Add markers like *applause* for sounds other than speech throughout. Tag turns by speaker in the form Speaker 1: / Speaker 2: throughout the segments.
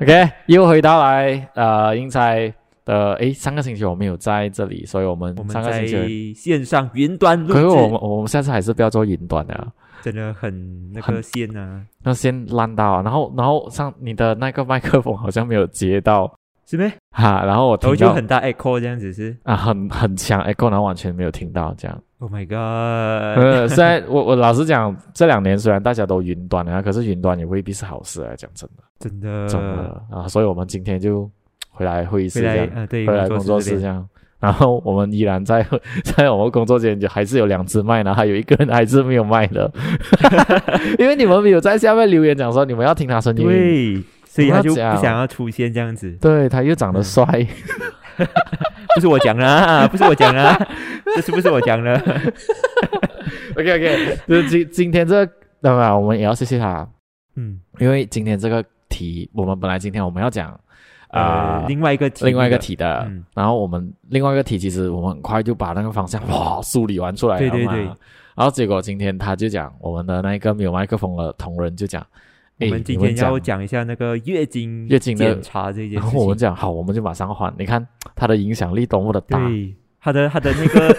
Speaker 1: OK，又回到来呃，英才的诶，上个星期我没有在这里，所以我们
Speaker 2: 我们
Speaker 1: 上个
Speaker 2: 在
Speaker 1: 星期，
Speaker 2: 线上云端录
Speaker 1: 可是我们
Speaker 2: 制，
Speaker 1: 我们下次还是不要做云端的啊，
Speaker 2: 真的很那
Speaker 1: 很
Speaker 2: 个线啊，
Speaker 1: 那先烂到啊，然后然后上你的那个麦克风好像没有接到
Speaker 2: 是呗？
Speaker 1: 哈， *laughs* 然后我
Speaker 2: 然
Speaker 1: 听
Speaker 2: 后哦就
Speaker 1: 到
Speaker 2: 很大 echo 这样子是
Speaker 1: 啊很很强 echo，然后完全没有听到这样。
Speaker 2: ，Oh my god！
Speaker 1: 呃，虽然我我老实讲，这两年虽然大家都云端啊，可是云端也未必是好事啊，讲真的，
Speaker 2: 真的，
Speaker 1: 真的啊，所以我们今天就回来会议室
Speaker 2: 回
Speaker 1: 这
Speaker 2: 来
Speaker 1: 样，
Speaker 2: 啊，对，
Speaker 1: 回来工作
Speaker 2: 这
Speaker 1: 室
Speaker 2: 边
Speaker 1: 这样。然后我们依然在 *laughs* 在我们工作间就还是有两只麦，然后还有一个人还是没有麦 *laughs* 的，因为你们没有在下面留言讲说你们要听他声音，
Speaker 2: 对，所以他就
Speaker 1: 不要讲
Speaker 2: 不想要出现这样子。
Speaker 1: 对，他又长得帅，
Speaker 2: 不是我讲的啊， *laughs* 不是我讲的啊，这是不是我讲的？
Speaker 1: OK OK，就是 *laughs* 今今天这个，当然我们也要谢谢他，
Speaker 2: 嗯，
Speaker 1: 因为今天这个题，我们本来今天我们要讲啊、
Speaker 2: 呃，另外一个题目的，
Speaker 1: 另外一个题啊的，
Speaker 2: 嗯
Speaker 1: 然后我们另外一个题，其实我们很快就把那个方向哇梳理完出来了嘛。
Speaker 2: 对对对
Speaker 1: 然后结果今天他就讲，我们的那个没有麦克风的同仁就讲，
Speaker 2: 我
Speaker 1: 哎，
Speaker 2: 们今
Speaker 1: 你
Speaker 2: 天
Speaker 1: *laughs*
Speaker 2: 要
Speaker 1: 讲
Speaker 2: 讲一下那个月经
Speaker 1: 月经的
Speaker 2: 检查这件
Speaker 1: 然
Speaker 2: 事
Speaker 1: *laughs* 后我们
Speaker 2: 情。
Speaker 1: 讲好，我们就马上换。你看他的影响力多么的大，
Speaker 2: 对，他的他的
Speaker 1: *laughs*
Speaker 2: 那个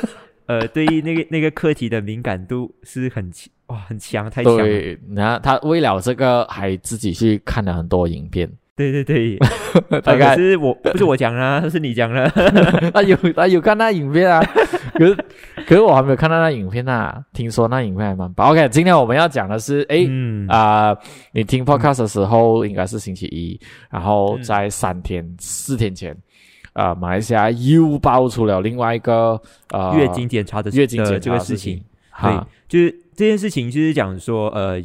Speaker 2: 呃，对于那个那个课题的敏感度是很强哇，很强，太强了。
Speaker 1: 对，然后他为了这个还自己去看了很多影片，
Speaker 2: 对对对，
Speaker 1: *laughs* 大概
Speaker 2: 呃可是我不是我讲啦，是你讲了。
Speaker 1: 他有他有 *laughs* 看那影片啊， *laughs* 可是可是我还没有看到那影片啊，听说那影片还蛮棒。OK，今天我们要讲的是，哎、
Speaker 2: 嗯
Speaker 1: 啊、你听 podcast 的时候应该是星期一，然后
Speaker 2: 嗯
Speaker 1: 在三天、四天前，啊、马来西亚又爆出了另外一个呃
Speaker 2: 月经检查的
Speaker 1: 月经
Speaker 2: 的
Speaker 1: 检
Speaker 2: 这
Speaker 1: 查
Speaker 2: 个
Speaker 1: 的
Speaker 2: 事情
Speaker 1: 情，，
Speaker 2: 对
Speaker 1: 哈，，
Speaker 2: 就是这件事情，就是讲说，呃，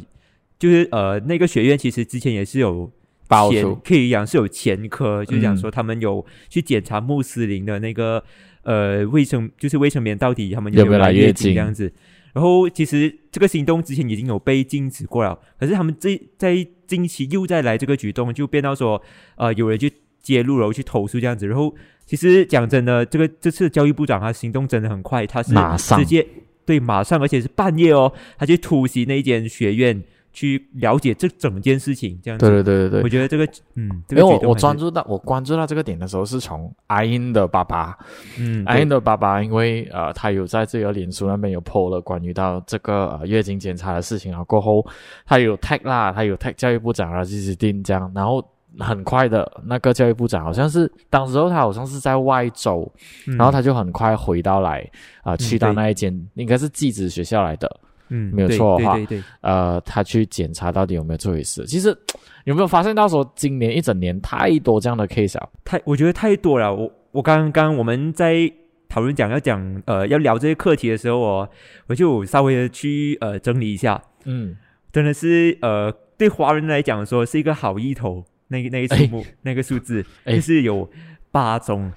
Speaker 2: 就是呃，那个学院其实之前也是有
Speaker 1: 爆
Speaker 2: 前
Speaker 1: 出
Speaker 2: 可以讲是有前科，就是讲说
Speaker 1: 嗯
Speaker 2: 他们有去检查穆斯林的那个呃卫生，就是卫生棉到底他们
Speaker 1: 有
Speaker 2: 没
Speaker 1: 没有来
Speaker 2: 来
Speaker 1: 月
Speaker 2: 经
Speaker 1: 经
Speaker 2: 这样子。然后其实这个行动之前已经有被禁止过了，可是他们这在近期又再来这个举动，就变到说，呃，有人去揭露，然后去投诉这样子。然后其实讲真的，这个这次教育部长他行动真的很快，他是
Speaker 1: 马上
Speaker 2: 直接对马上，而且是半夜哦，他去突袭那一间学院去了解这整件事情，这样子。
Speaker 1: 对对对对对。
Speaker 2: 我觉得这个，嗯，这
Speaker 1: 因
Speaker 2: 个
Speaker 1: 为我
Speaker 2: 举动
Speaker 1: 我
Speaker 2: 还是
Speaker 1: 专，注到我关注到这个点的时候，是从阿英的爸爸，
Speaker 2: 嗯，
Speaker 1: 阿
Speaker 2: 对
Speaker 1: 英的哎爸爸，因为呃，他有在自己的脸书那边有 PO 了关于到这个呃月经检查的事情啊，过后他有 tag 啦，他有 tag 教育部长啊，就是丁这样，然后很快的那个教育部长好像是当时候他好像是在外州，
Speaker 2: 嗯
Speaker 1: 然后他就很快回到来啊、呃去到
Speaker 2: 对
Speaker 1: 那一间、应该是继职学校来的，啊
Speaker 2: 嗯
Speaker 1: 没有
Speaker 2: 对
Speaker 1: 错
Speaker 2: 对
Speaker 1: 哈
Speaker 2: 对对，
Speaker 1: 呃，他去检查到底有没有这回事。其实有没有发现到说今年一整年太多这样的 case 啊？
Speaker 2: 太我觉得太多了。我我刚刚我们在讨论讲要讲呃要聊这些课题的时候哦，我就稍微的去呃整理一下，
Speaker 1: 嗯，
Speaker 2: 真的是呃对华人来讲说是一个好意头，那个那个数目、那个数字、
Speaker 1: *laughs* 哎
Speaker 2: 就是有八宗，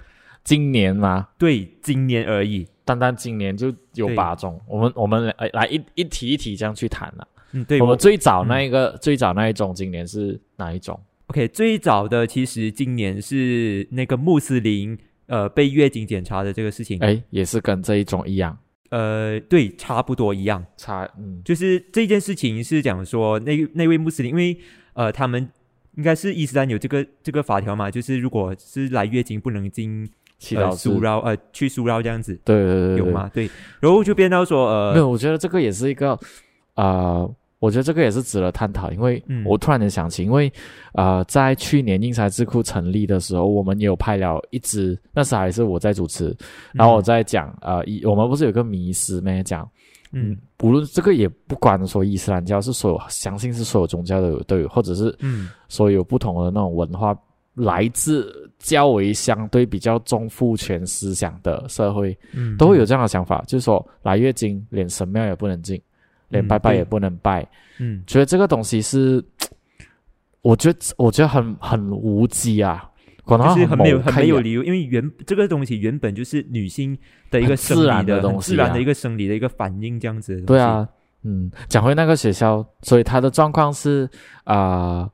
Speaker 1: 今年嘛，
Speaker 2: 对，今年而已。
Speaker 1: 单单今年就有
Speaker 2: 对
Speaker 1: 八种，我们我们来来一一题一题这样去谈了。
Speaker 2: 嗯，对，
Speaker 1: 我
Speaker 2: 我嗯
Speaker 1: 们最早那一个、最早那一种今年是哪一种？
Speaker 2: OK，最早的其实今年是那个穆斯林呃被月经检查的这个事情，
Speaker 1: 哎，也是跟这一种一样，
Speaker 2: 呃，对，差不多一样。
Speaker 1: 差嗯
Speaker 2: 就是这件事情是讲说那那位穆斯林，因为呃他们应该是伊斯兰有这个这个法条嘛，就是如果是来月经不能经
Speaker 1: 七
Speaker 2: 呃
Speaker 1: 老师
Speaker 2: 苏绕呃去苏绕这样子
Speaker 1: 对对对对
Speaker 2: 有？吗？对，然后就变到说
Speaker 1: 对没
Speaker 2: 呃
Speaker 1: 有，我觉得这个也是一个呃。我觉得这个也是值得探讨，因为
Speaker 2: 嗯
Speaker 1: 我突然间想起，因为呃，在去年英才智库成立的时候，我们也有拍了一支，那时还是我在主持，然后我在讲、呃，一我们不是有个迷失咩，讲
Speaker 2: 嗯
Speaker 1: 无论这个也不管说伊斯兰教是所有相信是所有宗教都有都有，或者是
Speaker 2: 嗯
Speaker 1: 所有不同的那种文化，来自较为相对比较重父权思想的社会，
Speaker 2: 嗯
Speaker 1: 都会有这样的想法，就是说来月经连神庙也不能进，连
Speaker 2: 嗯
Speaker 1: 拜拜
Speaker 2: 对
Speaker 1: 也不能拜，
Speaker 2: 嗯
Speaker 1: 觉得这个东西是，我觉得我觉得很很无稽啊，广东话
Speaker 2: 就是很没有
Speaker 1: 很
Speaker 2: 很
Speaker 1: 毛啊
Speaker 2: 没有
Speaker 1: 开眼
Speaker 2: 理由，因为原这个东西原本就是女性的一个
Speaker 1: 很
Speaker 2: 生
Speaker 1: 自
Speaker 2: 理
Speaker 1: 然的
Speaker 2: 的很
Speaker 1: 东
Speaker 2: 自
Speaker 1: 西
Speaker 2: 然
Speaker 1: 啊
Speaker 2: 的一个生理的一个反应这样子的东
Speaker 1: 对
Speaker 2: 西，
Speaker 1: 啊，嗯，讲回那个学校，所以他的状况是啊、呃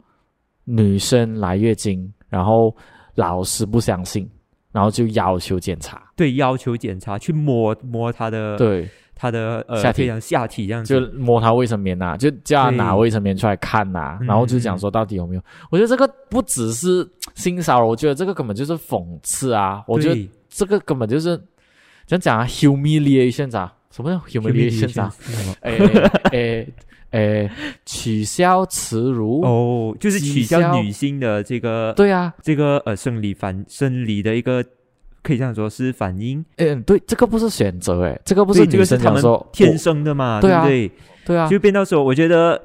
Speaker 1: 女生来月经，然后老师不相信，然后就要求检查。
Speaker 2: 对要求检查去摸摸她的
Speaker 1: 对，
Speaker 2: 他的呃
Speaker 1: 下体
Speaker 2: 可以讲下体这样
Speaker 1: 就
Speaker 2: 子，
Speaker 1: 摸他卫生棉呐、啊就叫他拿
Speaker 2: 对
Speaker 1: 卫生棉出来看呐、
Speaker 2: 嗯
Speaker 1: 然后就讲说到底有没有？我觉得这个不只是性骚扰，我觉得这个根本就是讽刺啊！我觉得
Speaker 2: 对
Speaker 1: 这个根本就是怎样讲啊？humiliation 啊？什么叫 humiliation 啊？ *laughs*
Speaker 2: 是什么
Speaker 1: 哎哎哎，取消耻辱？
Speaker 2: 哦，就是取
Speaker 1: 取
Speaker 2: 消
Speaker 1: 消
Speaker 2: 女性的这个
Speaker 1: 嗯对啊，
Speaker 2: 这个呃生理反生理的一个可以这样说是反应，
Speaker 1: 嗯，对，这个不是选择，哎，这个不
Speaker 2: 对这
Speaker 1: 女
Speaker 2: 个是
Speaker 1: 生
Speaker 2: 他
Speaker 1: 讲
Speaker 2: 们
Speaker 1: 说
Speaker 2: 天
Speaker 1: 我
Speaker 2: 生的嘛，
Speaker 1: 对
Speaker 2: 不
Speaker 1: 啊
Speaker 2: 对？
Speaker 1: 对啊，
Speaker 2: 就变到说，我觉得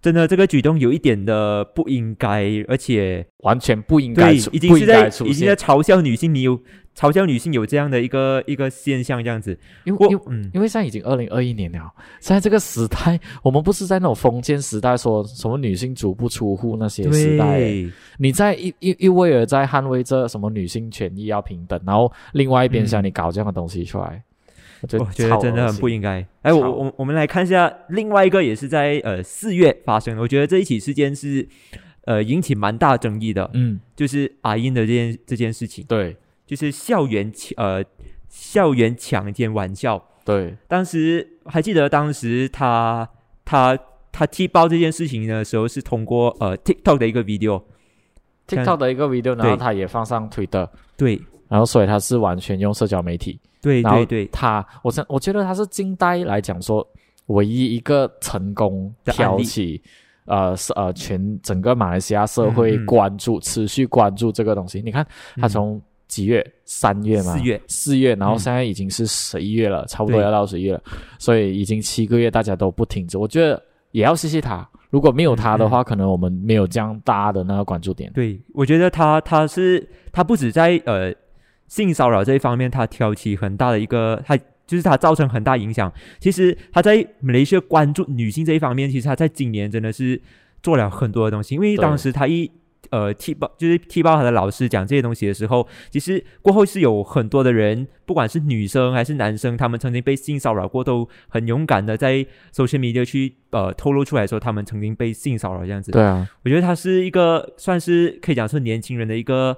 Speaker 2: 真的这个举动有一点的不应该，而且
Speaker 1: 完全不应该
Speaker 2: 对
Speaker 1: 出，，
Speaker 2: 已经
Speaker 1: 不
Speaker 2: 是
Speaker 1: 应
Speaker 2: 在
Speaker 1: 该出
Speaker 2: 已经在
Speaker 1: 现，
Speaker 2: 嘲笑女性，你有嘲笑女性有这样的一个一个现象这样子，
Speaker 1: 因为
Speaker 2: 我
Speaker 1: 因为
Speaker 2: 嗯
Speaker 1: 因为现在已经二零二一年了，现在这个时代，我们不是在那种封建时代，说什么女性足不出户那些时代，
Speaker 2: 对
Speaker 1: 你在一一一味儿在捍卫着什么女性权益要平等，然后另外一边想你搞这样的东西出来，我觉得
Speaker 2: 嗯我觉得
Speaker 1: 超
Speaker 2: 真的
Speaker 1: 恶
Speaker 2: 很
Speaker 1: 心
Speaker 2: 不应该。哎，我
Speaker 1: 超
Speaker 2: 我我们来看一下另外一个也是在呃四月发生的，我觉得这一起事件是呃引起蛮大争议的，
Speaker 1: 嗯，
Speaker 2: 就是阿英的这件这件事情，
Speaker 1: 对
Speaker 2: 就是校园强呃校园强奸玩笑。
Speaker 1: 对，
Speaker 2: 当时还记得当时他他他踢爆这件事情的时候是通过呃 TikTok 的一个 video，看
Speaker 1: TikTok 的一个 video，然后
Speaker 2: 对
Speaker 1: 他也放上 Twitter，
Speaker 2: 对
Speaker 1: 然后所以他是完全用社交媒体，
Speaker 2: 对
Speaker 1: 然后
Speaker 2: 对对
Speaker 1: 他，我想我觉得他是近代来讲说唯一一个成功
Speaker 2: 的案
Speaker 1: 挑
Speaker 2: 例
Speaker 1: 起呃是呃全整个马来西亚社会
Speaker 2: 嗯嗯
Speaker 1: 关注、持续关注这个东西。你看他从几月？三月嘛，
Speaker 2: 四月
Speaker 1: 四月，然后
Speaker 2: 嗯
Speaker 1: 现在已经是十一月了，差不多
Speaker 2: 对
Speaker 1: 要到十一月了，所以已经七个月，大家都不停止。我觉得也要谢谢他，如果没有他的话，可能我们没有这样大的那个关注点。
Speaker 2: 嗯对，我觉得他他是他不止在呃性骚扰这一方面，他挑起很大的一个他。就是他造成很大影响。其实他在马来西亚关注女性这一方面，其实他在今年真的是做了很多的东西。因为
Speaker 1: 对
Speaker 2: 当时他一呃踢爆，就是踢爆他的老师讲这些东西的时候，其实过后是有很多的人，不管是女生还是男生，他们曾经被性骚扰过，都很勇敢的在 social media 去呃透露出来说他们曾经被性骚扰这样子。
Speaker 1: 对啊，
Speaker 2: 我觉得他是一个算是可以讲是年轻人的一个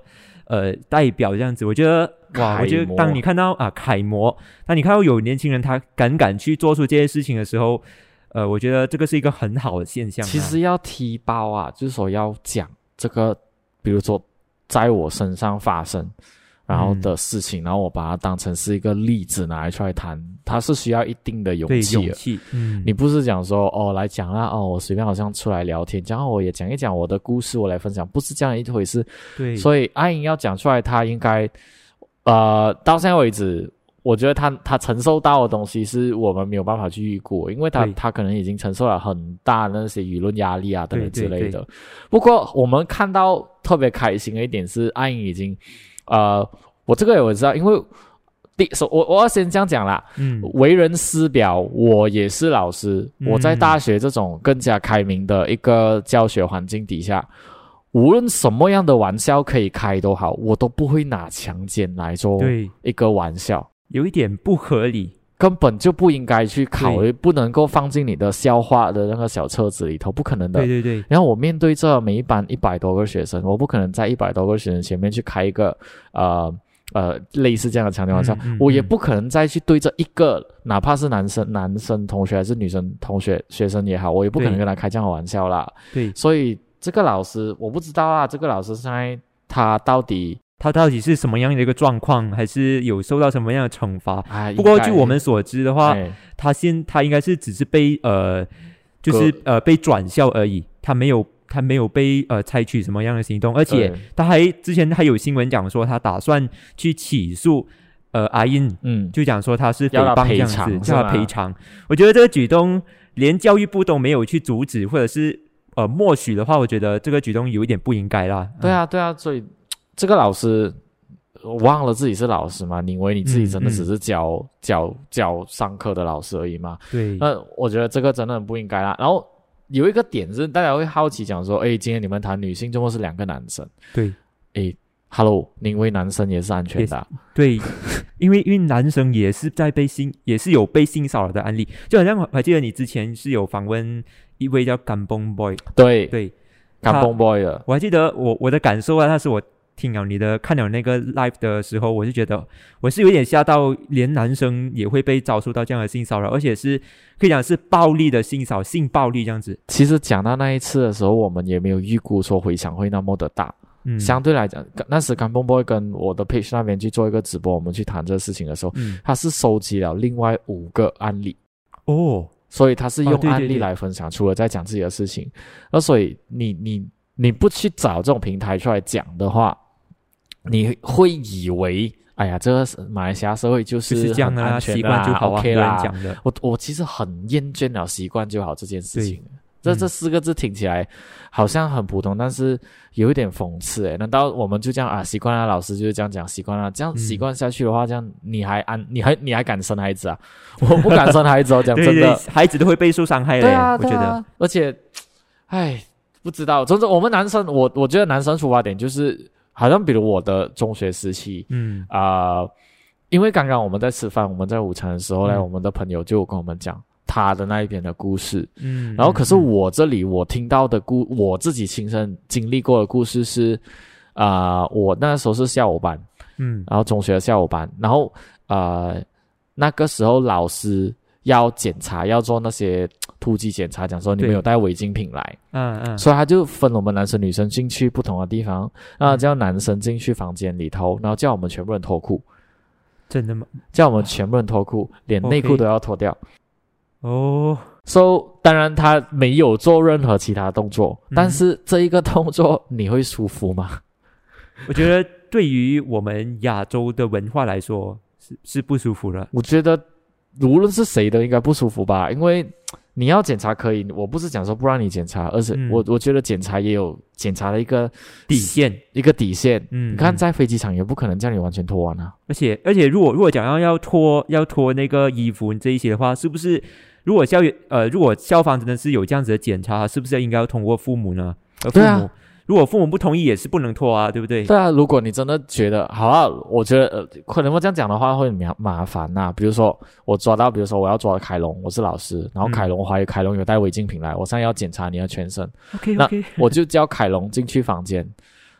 Speaker 2: 呃代表这样子。我觉得
Speaker 1: 楷
Speaker 2: 哇，
Speaker 1: 模
Speaker 2: 我觉得当你看到啊楷模，当你看到有年轻人他敢敢去做出这些事情的时候，呃，我觉得这个是一个很好的现象啊、
Speaker 1: 其实要踢包啊，就是说要讲这个，比如说在我身上发生然后
Speaker 2: 嗯
Speaker 1: 的事情，然后我把它当成是一个例子拿来出来谈，它是需要一定的勇
Speaker 2: 对
Speaker 1: 气
Speaker 2: 勇
Speaker 1: 的。
Speaker 2: 气，嗯，
Speaker 1: 你不是讲说哦来讲啦哦，我随便好像出来聊天，然后我也讲一讲我的故事，我来分享，不是这样一回事。
Speaker 2: 对，以
Speaker 1: 所以阿英要讲出来，她应该呃到现在为止。我觉得她她承受到的东西是我们没有办法去预估，因为她
Speaker 2: 对
Speaker 1: 她可能已经承受了很大的那些舆论压力啊等等
Speaker 2: 对
Speaker 1: 之
Speaker 2: 对
Speaker 1: 类的。不过我们看到特别开心的一点是，阿英已经呃，我这个我知道，因为第首我我要先这样讲啦，
Speaker 2: 嗯，
Speaker 1: 为人师表，我也是老师。
Speaker 2: 嗯
Speaker 1: 我在大学这种更加开明的一个教学环境底下，无论什么样的玩笑可以开都好，我都不会拿强奸来做
Speaker 2: 对，
Speaker 1: 一个玩笑，
Speaker 2: 有一点不合理，
Speaker 1: 根本就不应该去考虑，不能够放进你的消化的那个小册子里头，不可能的
Speaker 2: 对。对对，
Speaker 1: 然后我面对这每一班一百多个学生，我不可能在一百多个学生前面去开一个呃呃类似这样的强调玩笑，
Speaker 2: 嗯嗯
Speaker 1: 我也
Speaker 2: 嗯
Speaker 1: 不可能再去对着一个哪怕是男生男生同学还是女生同学学生也好，我也不可能
Speaker 2: 对
Speaker 1: 跟他开这样的玩笑啦。
Speaker 2: 对
Speaker 1: 所以这个老师我不知道啊，这个老师现在他到底
Speaker 2: 他到底是什么样的一个状况，还是有受到什么样的惩罚？
Speaker 1: 哎，
Speaker 2: 不过
Speaker 1: 应该
Speaker 2: 据我们所知的话，
Speaker 1: 哎
Speaker 2: 他现他应该是只是被呃，就是呃被转校而已，他没有他没有被呃采取什么样的行动，而且
Speaker 1: 对
Speaker 2: 他还之前还有新闻讲说他打算去起诉呃阿英，
Speaker 1: 嗯，
Speaker 2: 就讲说他是诽
Speaker 1: 要他
Speaker 2: 谤这
Speaker 1: 赔
Speaker 2: 样子
Speaker 1: 偿，是吗
Speaker 2: 叫他赔偿。我觉得这个举动连教育部都没有去阻止或者是呃默许的话，我觉得这个举动有一点不应该啦。嗯
Speaker 1: 对啊对啊，所以这个老师。我忘了自己是老师嘛？你以为你自己真的
Speaker 2: 嗯
Speaker 1: 只是教、教教上课的老师而已吗？
Speaker 2: 嗯，对，
Speaker 1: 那我觉得这个真的很不应该啦。然后有一个点是，大家会好奇讲说，哎，今天你们谈女性，怎么是两个男生？
Speaker 2: 对，
Speaker 1: 哎，Hello，你因为男生也是安全的啊、
Speaker 2: 对， *laughs* 因为因为男生也是在被性，也是有被性骚扰的案例，就好像我还记得你之前是有访问一位叫 g a m b o n Boy，
Speaker 1: 对，
Speaker 2: 对
Speaker 1: 敢蹦 boy 的，
Speaker 2: 我还记得我我的感受啊，那是我听了你的看了那个 live 的时候，我是觉得我是有点吓到，连男生也会被遭受到这样的性骚扰，而且是可以讲是暴力的性骚性暴力这样子。
Speaker 1: 其实讲到那一次的时候，我们也没有预估说回响会那么的大。
Speaker 2: 嗯，
Speaker 1: 相对来讲，那时刚蹦 boy 跟我的 page 那边去做一个直播，我们去谈这个事情的时候，
Speaker 2: 嗯
Speaker 1: 他是收集了另外五个案例，
Speaker 2: 哦，
Speaker 1: 所以他是
Speaker 2: 哦
Speaker 1: 用
Speaker 2: 对对
Speaker 1: 案例
Speaker 2: 对
Speaker 1: 来分享，除了在讲自己的事情。那所以你你你不去找这种平台出来讲的话，你会以为哎呀，这个马来西亚社会就
Speaker 2: 就是
Speaker 1: 是
Speaker 2: 这样
Speaker 1: 很
Speaker 2: 的
Speaker 1: 安
Speaker 2: 啦，
Speaker 1: 全
Speaker 2: 习
Speaker 1: 的
Speaker 2: 惯就好啊，
Speaker 1: OK
Speaker 2: 很多人
Speaker 1: 啦。
Speaker 2: 讲的，
Speaker 1: 我我其实很厌倦了习惯就好这件事情。这
Speaker 2: 嗯
Speaker 1: 这四个字听起来好像很普通，但是有一点讽刺欸诶。难道我们就这样啊？习惯了，老师就是这样讲，习惯了，这样
Speaker 2: 嗯
Speaker 1: 习惯下去的话，这样你还安，你还你还敢生孩子啊？我不敢生孩子哦，讲
Speaker 2: 对
Speaker 1: 真
Speaker 2: 对
Speaker 1: 的，，
Speaker 2: 孩子都会被受伤害的
Speaker 1: 对
Speaker 2: 耶，
Speaker 1: 啊，
Speaker 2: 我觉
Speaker 1: 对
Speaker 2: 得
Speaker 1: 啊，而且，唉，不知道，总之我们男生，我我觉得男生出发点就是，好像比如我的中学时期
Speaker 2: 嗯
Speaker 1: 啊、因为刚刚我们在吃饭，我们在午餐的时候呢，
Speaker 2: 嗯
Speaker 1: 我们的朋友就有跟我们讲他的那一边的故事，
Speaker 2: 嗯，
Speaker 1: 然后可是
Speaker 2: 嗯
Speaker 1: 我这里我听到的故，我自己亲身经历过的故事是，啊、我那时候是下午班，
Speaker 2: 嗯
Speaker 1: 然后中学的下午班，然后呃，那个时候老师要检查，要做那些突击检查，讲说你们
Speaker 2: 对
Speaker 1: 有带违禁品来，
Speaker 2: 嗯嗯
Speaker 1: 所以他就分我们男生女生进去不同的地方，然后
Speaker 2: 嗯
Speaker 1: 叫男生进去房间里头，然后叫我们全部人脱裤，
Speaker 2: 真的吗？
Speaker 1: 叫我们全部人脱裤，连内裤
Speaker 2: OK
Speaker 1: 都要脱掉。
Speaker 2: 哦，
Speaker 1: So，当然他没有做任何其他动作，
Speaker 2: 嗯
Speaker 1: 但是这一个动作你会舒服吗？
Speaker 2: 我觉得对于我们亚洲的文化来说是是不舒服的，
Speaker 1: 我觉得无论是谁都应该不舒服吧，因为你要检查可以，我不是讲说不让你检查，而是
Speaker 2: 嗯
Speaker 1: 我、我觉得检查也有检查的一个
Speaker 2: 底线。
Speaker 1: 一个底线。
Speaker 2: 嗯，
Speaker 1: 你看，
Speaker 2: 嗯
Speaker 1: 在飞机场也不可能叫你完全脱完啊。
Speaker 2: 而且而且，如果如果讲要要脱要脱那个衣服这一些的话，是不是如果校园呃如果校方真的是有这样子的检查，是不是应该要通过父母呢？而父
Speaker 1: 对啊
Speaker 2: 母、如果父母不同意，也是不能脱啊，对不对？
Speaker 1: 对啊，如果你真的觉得好啊，我觉得呃，可能我这样讲的话会麻麻烦呐、比如说我抓到，比如说我要抓凯龙，我是老师，然后
Speaker 2: 嗯
Speaker 1: 凯龙怀疑凯龙有带违禁品来，我现在要检查你的全身，
Speaker 2: OK
Speaker 1: 那
Speaker 2: OK， *laughs*
Speaker 1: 我就叫凯龙进去房间，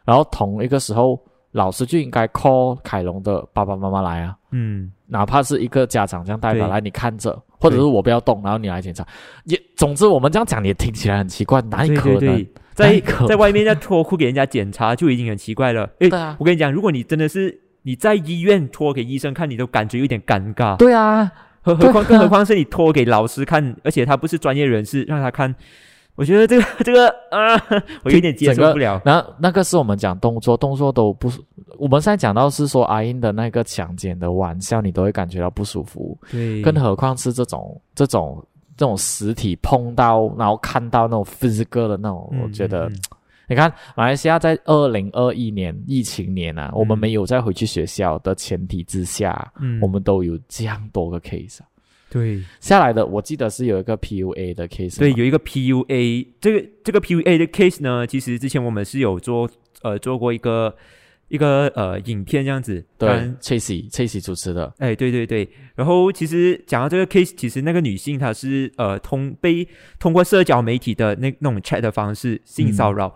Speaker 1: 然后同一个时候，老师就应该 call 凯龙的爸爸妈妈来啊，
Speaker 2: 嗯，
Speaker 1: 哪怕是一个家长这样代表
Speaker 2: 对
Speaker 1: 来，你看着，或者是我不要动，然后你来检查，也总之我们这样讲也听起来很奇怪，哪里
Speaker 2: 对
Speaker 1: 可
Speaker 2: 对
Speaker 1: 能？
Speaker 2: 对，
Speaker 1: 哪
Speaker 2: 在
Speaker 1: 里可能
Speaker 2: 在外面要脱裤给人家检查就已经很奇怪了。诶，
Speaker 1: 对啊
Speaker 2: 我跟你讲，如果你真的是你在医院脱给医生看，你都感觉有点尴尬，
Speaker 1: 对啊，
Speaker 2: 何何
Speaker 1: 对啊
Speaker 2: 况更何况是你脱给老师看，而且他不是专业人士，让他看。我觉得这个 *laughs* 这个啊，我有点接受不了。
Speaker 1: 那那个是我们讲动作，动作都不是。我们现在讲到是说阿英的那个强奸的玩笑，你都会感觉到不舒服，
Speaker 2: 对，
Speaker 1: 更何况是这种这种这种实体碰到，然后看到那种 physical 的那种，
Speaker 2: 嗯
Speaker 1: 我觉得
Speaker 2: 嗯
Speaker 1: 你看，马来西亚在二零二一年疫情年啊，我们没有再回去学校的前提之下，
Speaker 2: 嗯
Speaker 1: 我们都有这样多个 case 啊、
Speaker 2: 对啊
Speaker 1: 下来的。我记得是有一个 PUA 的 case，啊
Speaker 2: 对
Speaker 1: 嘛
Speaker 2: 有一个 PUA，这个这个 PUA 的 case 呢，其实之前我们是有做呃做过一个一个呃影片这样子，当然
Speaker 1: 对，翠喜翠喜主持的，
Speaker 2: 哎，对对对，然后其实讲到这个 case，其实那个女性她是呃通被通过社交媒体的那那种 chat 的方式性骚
Speaker 1: 嗯
Speaker 2: 扰，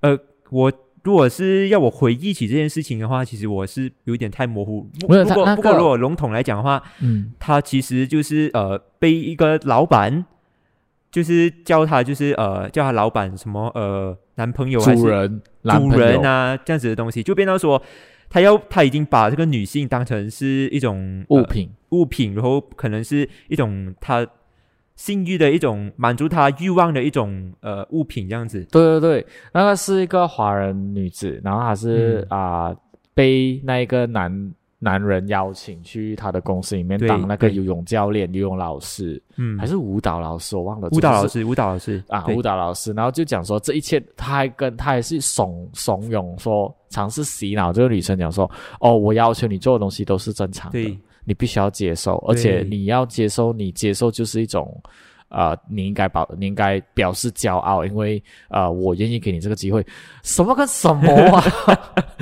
Speaker 2: 呃，我如果是要我回忆起这件事情的话，其实我是有点太模糊。不
Speaker 1: 没有
Speaker 2: 不
Speaker 1: 她
Speaker 2: 过、
Speaker 1: 那
Speaker 2: 不过
Speaker 1: 个
Speaker 2: 如果笼统来讲的话，
Speaker 1: 嗯，
Speaker 2: 她其实就是呃被一个老板，就是叫她就是呃叫她老板什么呃男朋友还是
Speaker 1: 主人男
Speaker 2: 主
Speaker 1: 朋友
Speaker 2: 人啊这样子的东西，就变到说。他要，他已经把这个女性当成是一种
Speaker 1: 物
Speaker 2: 呃
Speaker 1: 品，
Speaker 2: 物品，然后可能是一种他性欲的一种满足他欲望的一种呃物品这样子。
Speaker 1: 对对对，那个是一个华人女子，然后她是
Speaker 2: 嗯
Speaker 1: 啊、被那一个男男人邀请去她的公司里面
Speaker 2: 对
Speaker 1: 当那个
Speaker 2: 对
Speaker 1: 游泳教练、游泳老师，
Speaker 2: 嗯，
Speaker 1: 还是舞蹈老师，我忘了，
Speaker 2: 舞蹈老
Speaker 1: 就是
Speaker 2: 师，舞蹈老师
Speaker 1: 啊，
Speaker 2: 对
Speaker 1: 舞蹈老师，然后就讲说这一切，他还跟他还是怂怂恿说，尝试洗脑这个女生讲说，哦，我要求你做的东西都是正常的
Speaker 2: 对，
Speaker 1: 你必须要接受，而且
Speaker 2: 对
Speaker 1: 你要接受，你接受就是一种。呃，你应该保，你应该表示骄傲，因为呃，我愿意给你这个机会。什么跟什么啊？ *laughs*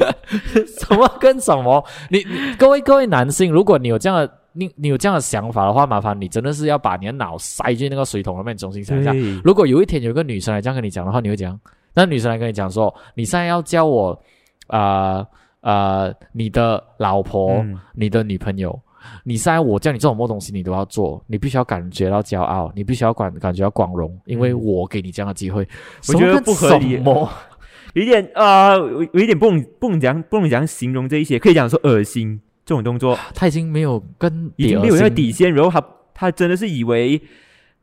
Speaker 1: 什么跟什么？你你各位各位男性，如果你有这样的你你有这样的想法的话，麻烦你真的是要把你的脑塞进那个水桶里面，重新想一下。
Speaker 2: 对
Speaker 1: 如果有一天有一个女生来这样跟你讲的话，你会讲，那女生来跟你讲说，你现在要教我呃呃，你的老婆、
Speaker 2: 嗯
Speaker 1: 你的女朋友，你现在我叫你做什么东西，你都要做，你必须要感觉到骄傲，你必须要感感觉到光荣，因为我给你这样的机会，
Speaker 2: 嗯我觉
Speaker 1: 什
Speaker 2: 得
Speaker 1: 么跟
Speaker 2: 不合理
Speaker 1: 什么
Speaker 2: 有一点啊，有、有一点不能不能讲不能讲形容这一些，可以讲说恶心这种动作，
Speaker 1: 他已经没有跟
Speaker 2: 已经
Speaker 1: 比
Speaker 2: 没有
Speaker 1: 而
Speaker 2: 那个
Speaker 1: 行
Speaker 2: 底线，然后他他真的是以为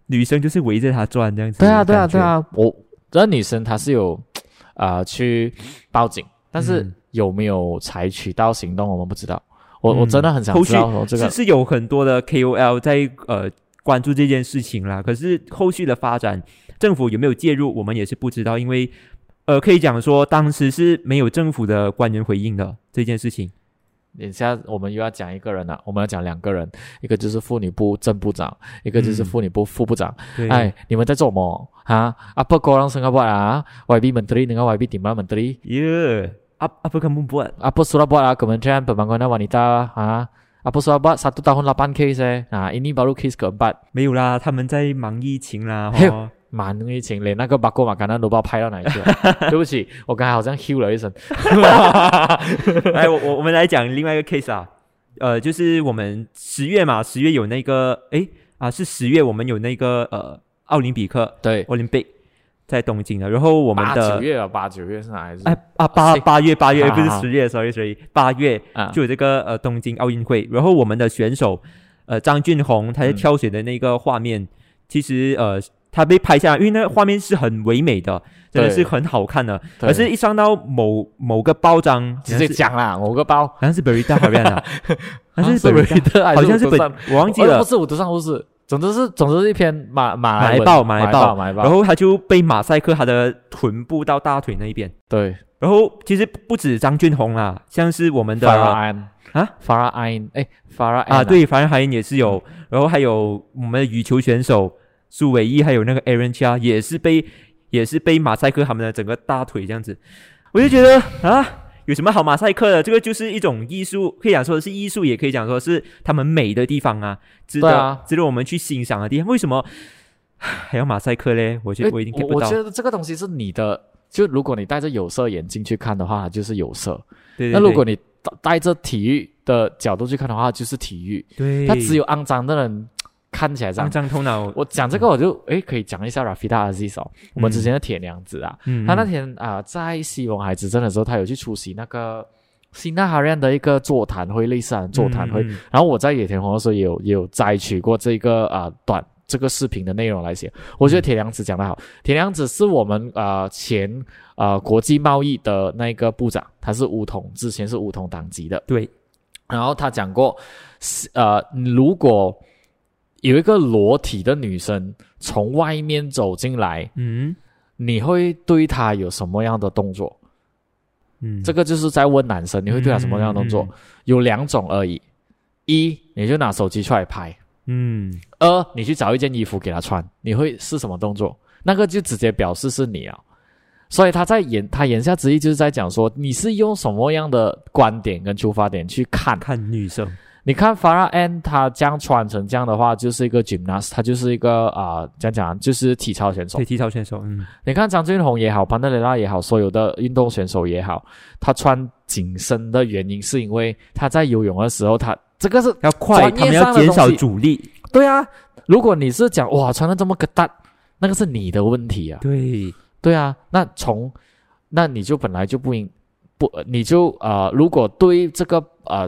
Speaker 2: 女生就是围着他转这样子，
Speaker 1: 对啊，对啊，对，啊，我这女生她是有啊、呃去报警，但是
Speaker 2: 嗯
Speaker 1: 有没有采取到行动，我们不知道。我、我
Speaker 2: 嗯
Speaker 1: 真的很想
Speaker 2: 后
Speaker 1: 知道哦说这个
Speaker 2: 是是有很多的 KOL 在呃关注这件事情啦，可是后续的发展，政府有没有介入，我们也是不知道，因为呃可以讲说当时是没有政府的官员回应的这件事情，
Speaker 1: 等下我们又要讲一个人了、我们要讲两个人，一个就是妇女部正部长，一个就是
Speaker 2: 嗯
Speaker 1: 妇女部副部长。
Speaker 2: 对，
Speaker 1: 哎，你们在做什么啊？啊，不过让新加坡啊，YB menteri dengan YB di mana menteri？
Speaker 2: 耶，阿阿不肯不不，
Speaker 1: Apa surat buat ah Kementerian Pembangunan Wanita 啊 ha? Apa surat buat satu tahun lapan kes eh? Nah, ini baru kes keempat.
Speaker 2: 没有啦，他们在忙疫情啦，
Speaker 1: 嘿
Speaker 2: 哦， *laughs*
Speaker 1: 蛮疫情，连那个八卦马甘丹都不知道拍到哪里去了。啊
Speaker 2: *laughs*
Speaker 1: 对不起，我刚才好像咻了一声。
Speaker 2: 来，哎我我我们来讲另外一个 case 啊，呃，就是我们十月嘛，十月有那个，诶啊，是十月我们有那个呃奥林匹克
Speaker 1: 对，
Speaker 2: Olympic 在东京的，然后我们
Speaker 1: 八九
Speaker 2: 的
Speaker 1: 月啊，八九月是哪来着？
Speaker 2: 哎啊八
Speaker 1: 是
Speaker 2: 八月八月
Speaker 1: 啊
Speaker 2: 不是
Speaker 1: 啊
Speaker 2: 十月，sorry sorry，八月
Speaker 1: 啊，
Speaker 2: 就有这个呃东京奥运会，然后我们的选手呃张俊宏他在
Speaker 1: 嗯
Speaker 2: 跳水的那个画面，其实呃他被拍下来，因为那个画面是很唯美的，真的
Speaker 1: 对
Speaker 2: 是很好看的，
Speaker 1: 对
Speaker 2: 可是一上到某某个报章，
Speaker 1: 直接
Speaker 2: 好像是
Speaker 1: 讲啦，我个包，啊
Speaker 2: 好像是
Speaker 1: *laughs*
Speaker 2: Berita Haryana，好像是 Berita，
Speaker 1: 的，
Speaker 2: 好像是
Speaker 1: 本
Speaker 2: 本，，我忘记
Speaker 1: 哦
Speaker 2: 了
Speaker 1: 不。是我头上，不是，总之是总之是一篇马马
Speaker 2: 马来
Speaker 1: 文
Speaker 2: 报
Speaker 1: 马
Speaker 2: 马来
Speaker 1: 报，
Speaker 2: 报
Speaker 1: 马来
Speaker 2: 然
Speaker 1: 报，
Speaker 2: 后他就被马赛克他的臀部到大腿那一边。
Speaker 1: 对，
Speaker 2: 然后其实不止张俊宏啦，像是我们的
Speaker 1: 法拉安
Speaker 2: 啊，
Speaker 1: 法拉安，哎，法拉
Speaker 2: 啊，，对，樊海也是有，
Speaker 1: 嗯
Speaker 2: 然后还有我们的羽球选手苏伟毅，还有那个 Aaron Chia 也是被也是被马赛克他们的整个大腿这样子，我就觉得啊，有什么好马赛克的？这个就是一种艺术，可以讲说是艺术，也可以讲说是他们美的地方啊，值得、
Speaker 1: 对啊
Speaker 2: 值得我们去欣赏的地方。为什么唉还要马赛克嘞？我觉
Speaker 1: 诶
Speaker 2: 得我已经 get
Speaker 1: 我
Speaker 2: 不
Speaker 1: 我
Speaker 2: 到。
Speaker 1: 觉得这个东西是你的，就如果你戴着有色眼镜去看的话，它就是有色；
Speaker 2: 对对
Speaker 1: 那如
Speaker 2: 对
Speaker 1: 果你戴戴着体育的角度去看的话，就是体育。
Speaker 2: 对
Speaker 1: 他只有肮脏的人看起来脏
Speaker 2: 肮。脏头脑，
Speaker 1: 我讲这个，我就诶可以讲一下 Rafida Aziz 哦，我们之前的铁娘子啊，
Speaker 2: 嗯，
Speaker 1: 她那天啊、在西蒙海执政的时候，她有去出席那个新纳哈瑞的一个座谈会，类似啊座谈会。
Speaker 2: 嗯，嗯
Speaker 1: 然后我在野田红的时候也有也有摘取过这个啊、短这个视频的内容来写，我觉得铁娘子讲得好，铁娘子是我们啊、前啊、国际贸易的那个部长，他是乌统，之前是乌统党籍的，
Speaker 2: 对，
Speaker 1: 然后他讲过，是呃，如果有一个裸体的女生从外面走进来，
Speaker 2: 嗯
Speaker 1: 你会对她有什么样的动作？
Speaker 2: 嗯，
Speaker 1: 这个就是在问男生，你会对她什么样的动作？有两种而已，一你就拿手机出来拍，
Speaker 2: 嗯，嗯，
Speaker 1: 二你去找一件衣服给她穿，你会是什么动作？那个就直接表示是你啊。所以他在言他言下之意就是在讲说，你是用什么样的观点跟出发点去看
Speaker 2: 看女生，
Speaker 1: 你看啊 Farah N 她这样穿成这样的话，就是一个 gymnast，她就是一个啊、讲讲啊就是体操选手
Speaker 2: 对。体操选手，嗯，
Speaker 1: 你看张俊宏也好，潘德雷拉也好，所有的运动选手也好，他穿紧身的原因是因为他在游泳的时候，他这个是
Speaker 2: 要
Speaker 1: 专
Speaker 2: 快，
Speaker 1: 业
Speaker 2: 他们要
Speaker 1: 上的
Speaker 2: 减少
Speaker 1: 东西
Speaker 2: 阻力。
Speaker 1: 对啊。如果你是讲哇穿的这么个蛋，那个是你的问题啊。
Speaker 2: 对，
Speaker 1: 对啊，那从那你就本来就不应不，呃你就呃，如果对这个呃，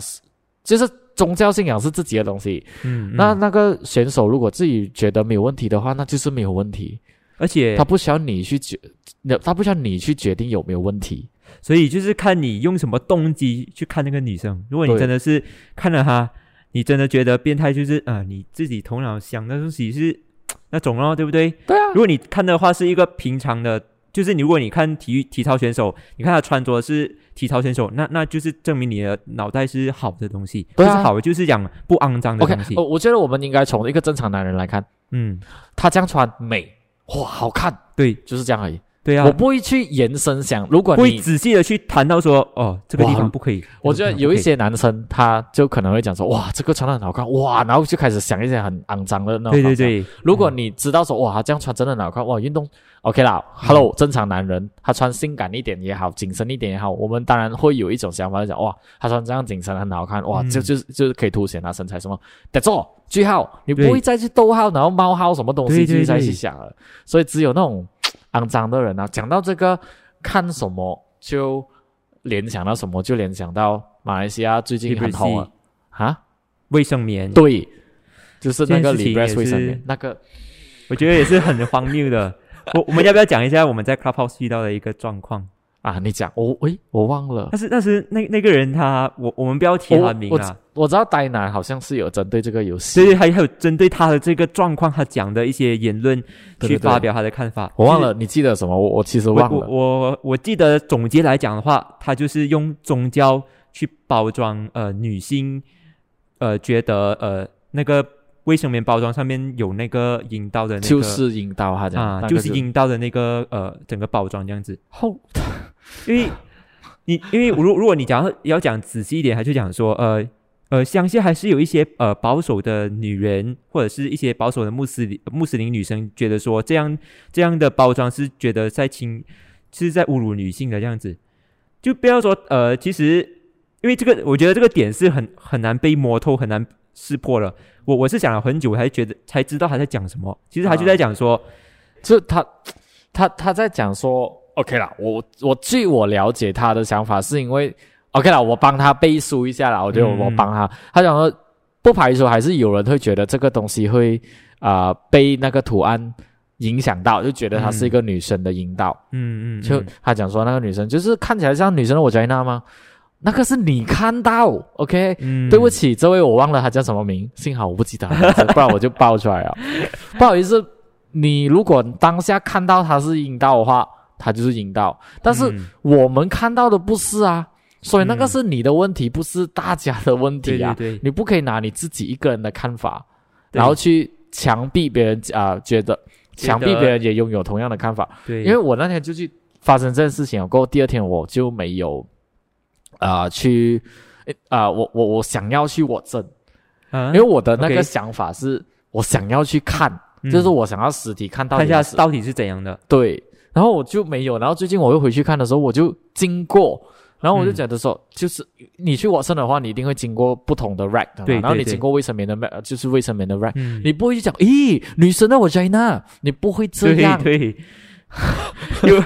Speaker 1: 就是宗教信仰是自己的东西，
Speaker 2: 嗯，
Speaker 1: 那
Speaker 2: 嗯
Speaker 1: 那个选手如果自己觉得没有问题的话，那就是没有问题。
Speaker 2: 而且
Speaker 1: 他，不需要你去决，那他不需要你去决定有没有问题。
Speaker 2: 所以就是看你用什么动机去看那个女生。如果你
Speaker 1: 对
Speaker 2: 真的是看了她，你真的觉得变态，就是啊、呃你自己头脑想的东西是那种咯，对不对？
Speaker 1: 对啊
Speaker 2: 如果你看的话是一个平常的，就是你如果你看体育体操选手，你看他穿着是体操选手，那那就是证明你的脑袋是好的东西，
Speaker 1: 对啊
Speaker 2: 不是好的，就是讲不肮脏的
Speaker 1: OK，哦呃
Speaker 2: 东西。
Speaker 1: 我我觉得我们应该从一个正常男人来看，
Speaker 2: 嗯，
Speaker 1: 他这样穿美，哇，好看，
Speaker 2: 对
Speaker 1: 就是这样而已。
Speaker 2: 对啊，
Speaker 1: 我不会去延伸想，如果
Speaker 2: 不会
Speaker 1: 你，
Speaker 2: 仔细的去谈到说，哦，这个地
Speaker 1: 哇
Speaker 2: 方不可以。
Speaker 1: 我觉得有一些男生他就可能会讲说，哇，这个穿的很好看，哇，然后就开始想一些很肮脏的那种。
Speaker 2: 对对。对，
Speaker 1: 如果你知道说，哇，他这样穿真的很好看，哇，运动 OK 啦，Hello，、正
Speaker 2: 嗯
Speaker 1: 常男人他穿性感一点也好，紧身一点也好，我们当然会有一种想法，就讲哇，他穿这样紧身很好看，哇，
Speaker 2: 嗯
Speaker 1: 就就是就是可以凸显他身材什么。That's all，句号，你
Speaker 2: 对
Speaker 1: 不会再去逗号，然后冒号什么东
Speaker 2: 对
Speaker 1: 西
Speaker 2: 对
Speaker 1: 去再去
Speaker 2: 对
Speaker 1: 想了。所以只有那种肮脏的人啊，讲到这个，看什么就联想到什么，就联想到马来西亚最近很红啊啊，
Speaker 2: 卫生棉，
Speaker 1: 对，就是那个
Speaker 2: 这件事情
Speaker 1: Libres
Speaker 2: 也
Speaker 1: 卫生
Speaker 2: 是
Speaker 1: 棉那个。
Speaker 2: 我觉得也是很荒
Speaker 1: *laughs*
Speaker 2: 谬的。我我们要不要讲一下我们在 Clubhouse 遇到的一个状况？
Speaker 1: 啊，你讲我诶，我忘了，
Speaker 2: 但是但是那那个人他，我我们不要提他的名
Speaker 1: 我
Speaker 2: 啊，
Speaker 1: 我知道呆男好像是有针对这个游
Speaker 2: 所
Speaker 1: 戏，
Speaker 2: 以还还有针对他的这个状况，他讲的一些言论
Speaker 1: 对
Speaker 2: 去
Speaker 1: 对对
Speaker 2: 发表他的看法。
Speaker 1: 我忘
Speaker 2: 就是
Speaker 1: 了，你记得什么？我我其实
Speaker 2: 我
Speaker 1: 忘
Speaker 2: 我
Speaker 1: 了，
Speaker 2: 我我记得总结来讲的话，他就是用宗教去包装呃女性，呃觉得呃那个卫生棉包装上面有那个阴道的那个
Speaker 1: 就是阴道他讲，
Speaker 2: 啊
Speaker 1: 那个
Speaker 2: 就是阴道的那个呃整个包装这样子，
Speaker 1: 后
Speaker 2: *laughs* 因为你因为如如果你讲要讲仔细一点，他就讲说呃。呃，相信还是有一些呃保守的女人，或者是一些保守的穆斯林穆斯林女生，觉得说这样这样的包装是觉得在侵，是在侮辱女性的这样子。就不要说呃，其实因为这个，我觉得这个点是很很难被摸透，很难识破了。我我是想了很久，才觉得才知道他在讲什么。其实他就在讲说，
Speaker 1: 就他他他在讲说，OK 啦，我我据我了解他的想法是因为 OK 啦，我帮他背书一下啦，我觉得
Speaker 2: 嗯
Speaker 1: 我帮他，他讲说不排除还是有人会觉得这个东西会啊、被那个图案影响到，就觉得它是一个女生的阴道。
Speaker 2: 嗯嗯，
Speaker 1: 就
Speaker 2: 嗯
Speaker 1: 他讲说那个女生就是看起来像女生的我觉得吗？那个是你看到，OK？、
Speaker 2: 嗯
Speaker 1: 对不起，这位我忘了她叫什么名，幸好我不记得她名字，不然我就爆出来了。 *laughs* 不好意思，你如果当下看到她是阴道的话，她就是阴道，但是
Speaker 2: 嗯
Speaker 1: 我们看到的不是啊，所以那个
Speaker 2: 嗯
Speaker 1: 是你的问题，不是大家的问
Speaker 2: 对
Speaker 1: 题啊
Speaker 2: 对。对，
Speaker 1: 你不可以拿你自己一个人的看法，
Speaker 2: 对
Speaker 1: 然后去强逼别人啊、觉得
Speaker 2: 觉
Speaker 1: 强逼
Speaker 2: 得
Speaker 1: 别人也拥有同样的看法。
Speaker 2: 对，
Speaker 1: 因为我那天就去发生这件事情了，过后第二天我就没有啊、呃去啊、呃我我我想要去我证，
Speaker 2: 啊
Speaker 1: 因为我的那个
Speaker 2: OK
Speaker 1: 想法是我想要去看，
Speaker 2: 嗯
Speaker 1: 就是我想要实体看到
Speaker 2: 看一
Speaker 1: 底
Speaker 2: 下
Speaker 1: 是
Speaker 2: 到底是怎样的。
Speaker 1: 对，然后我就没有，然后最近我又回去看的时候，我就经过。然后我就
Speaker 2: 嗯
Speaker 1: 觉得说，就是你去我证的话，你一定会经过不同的 rack，的嘛
Speaker 2: 对
Speaker 1: 然后
Speaker 2: 对
Speaker 1: 你
Speaker 2: 对
Speaker 1: 经过卫生棉的 rack，就是卫生棉的 rack，、
Speaker 2: 嗯
Speaker 1: 你不会去讲，咦，女生的 vagina，你不会这样，
Speaker 2: 对
Speaker 1: *laughs*
Speaker 2: 对，有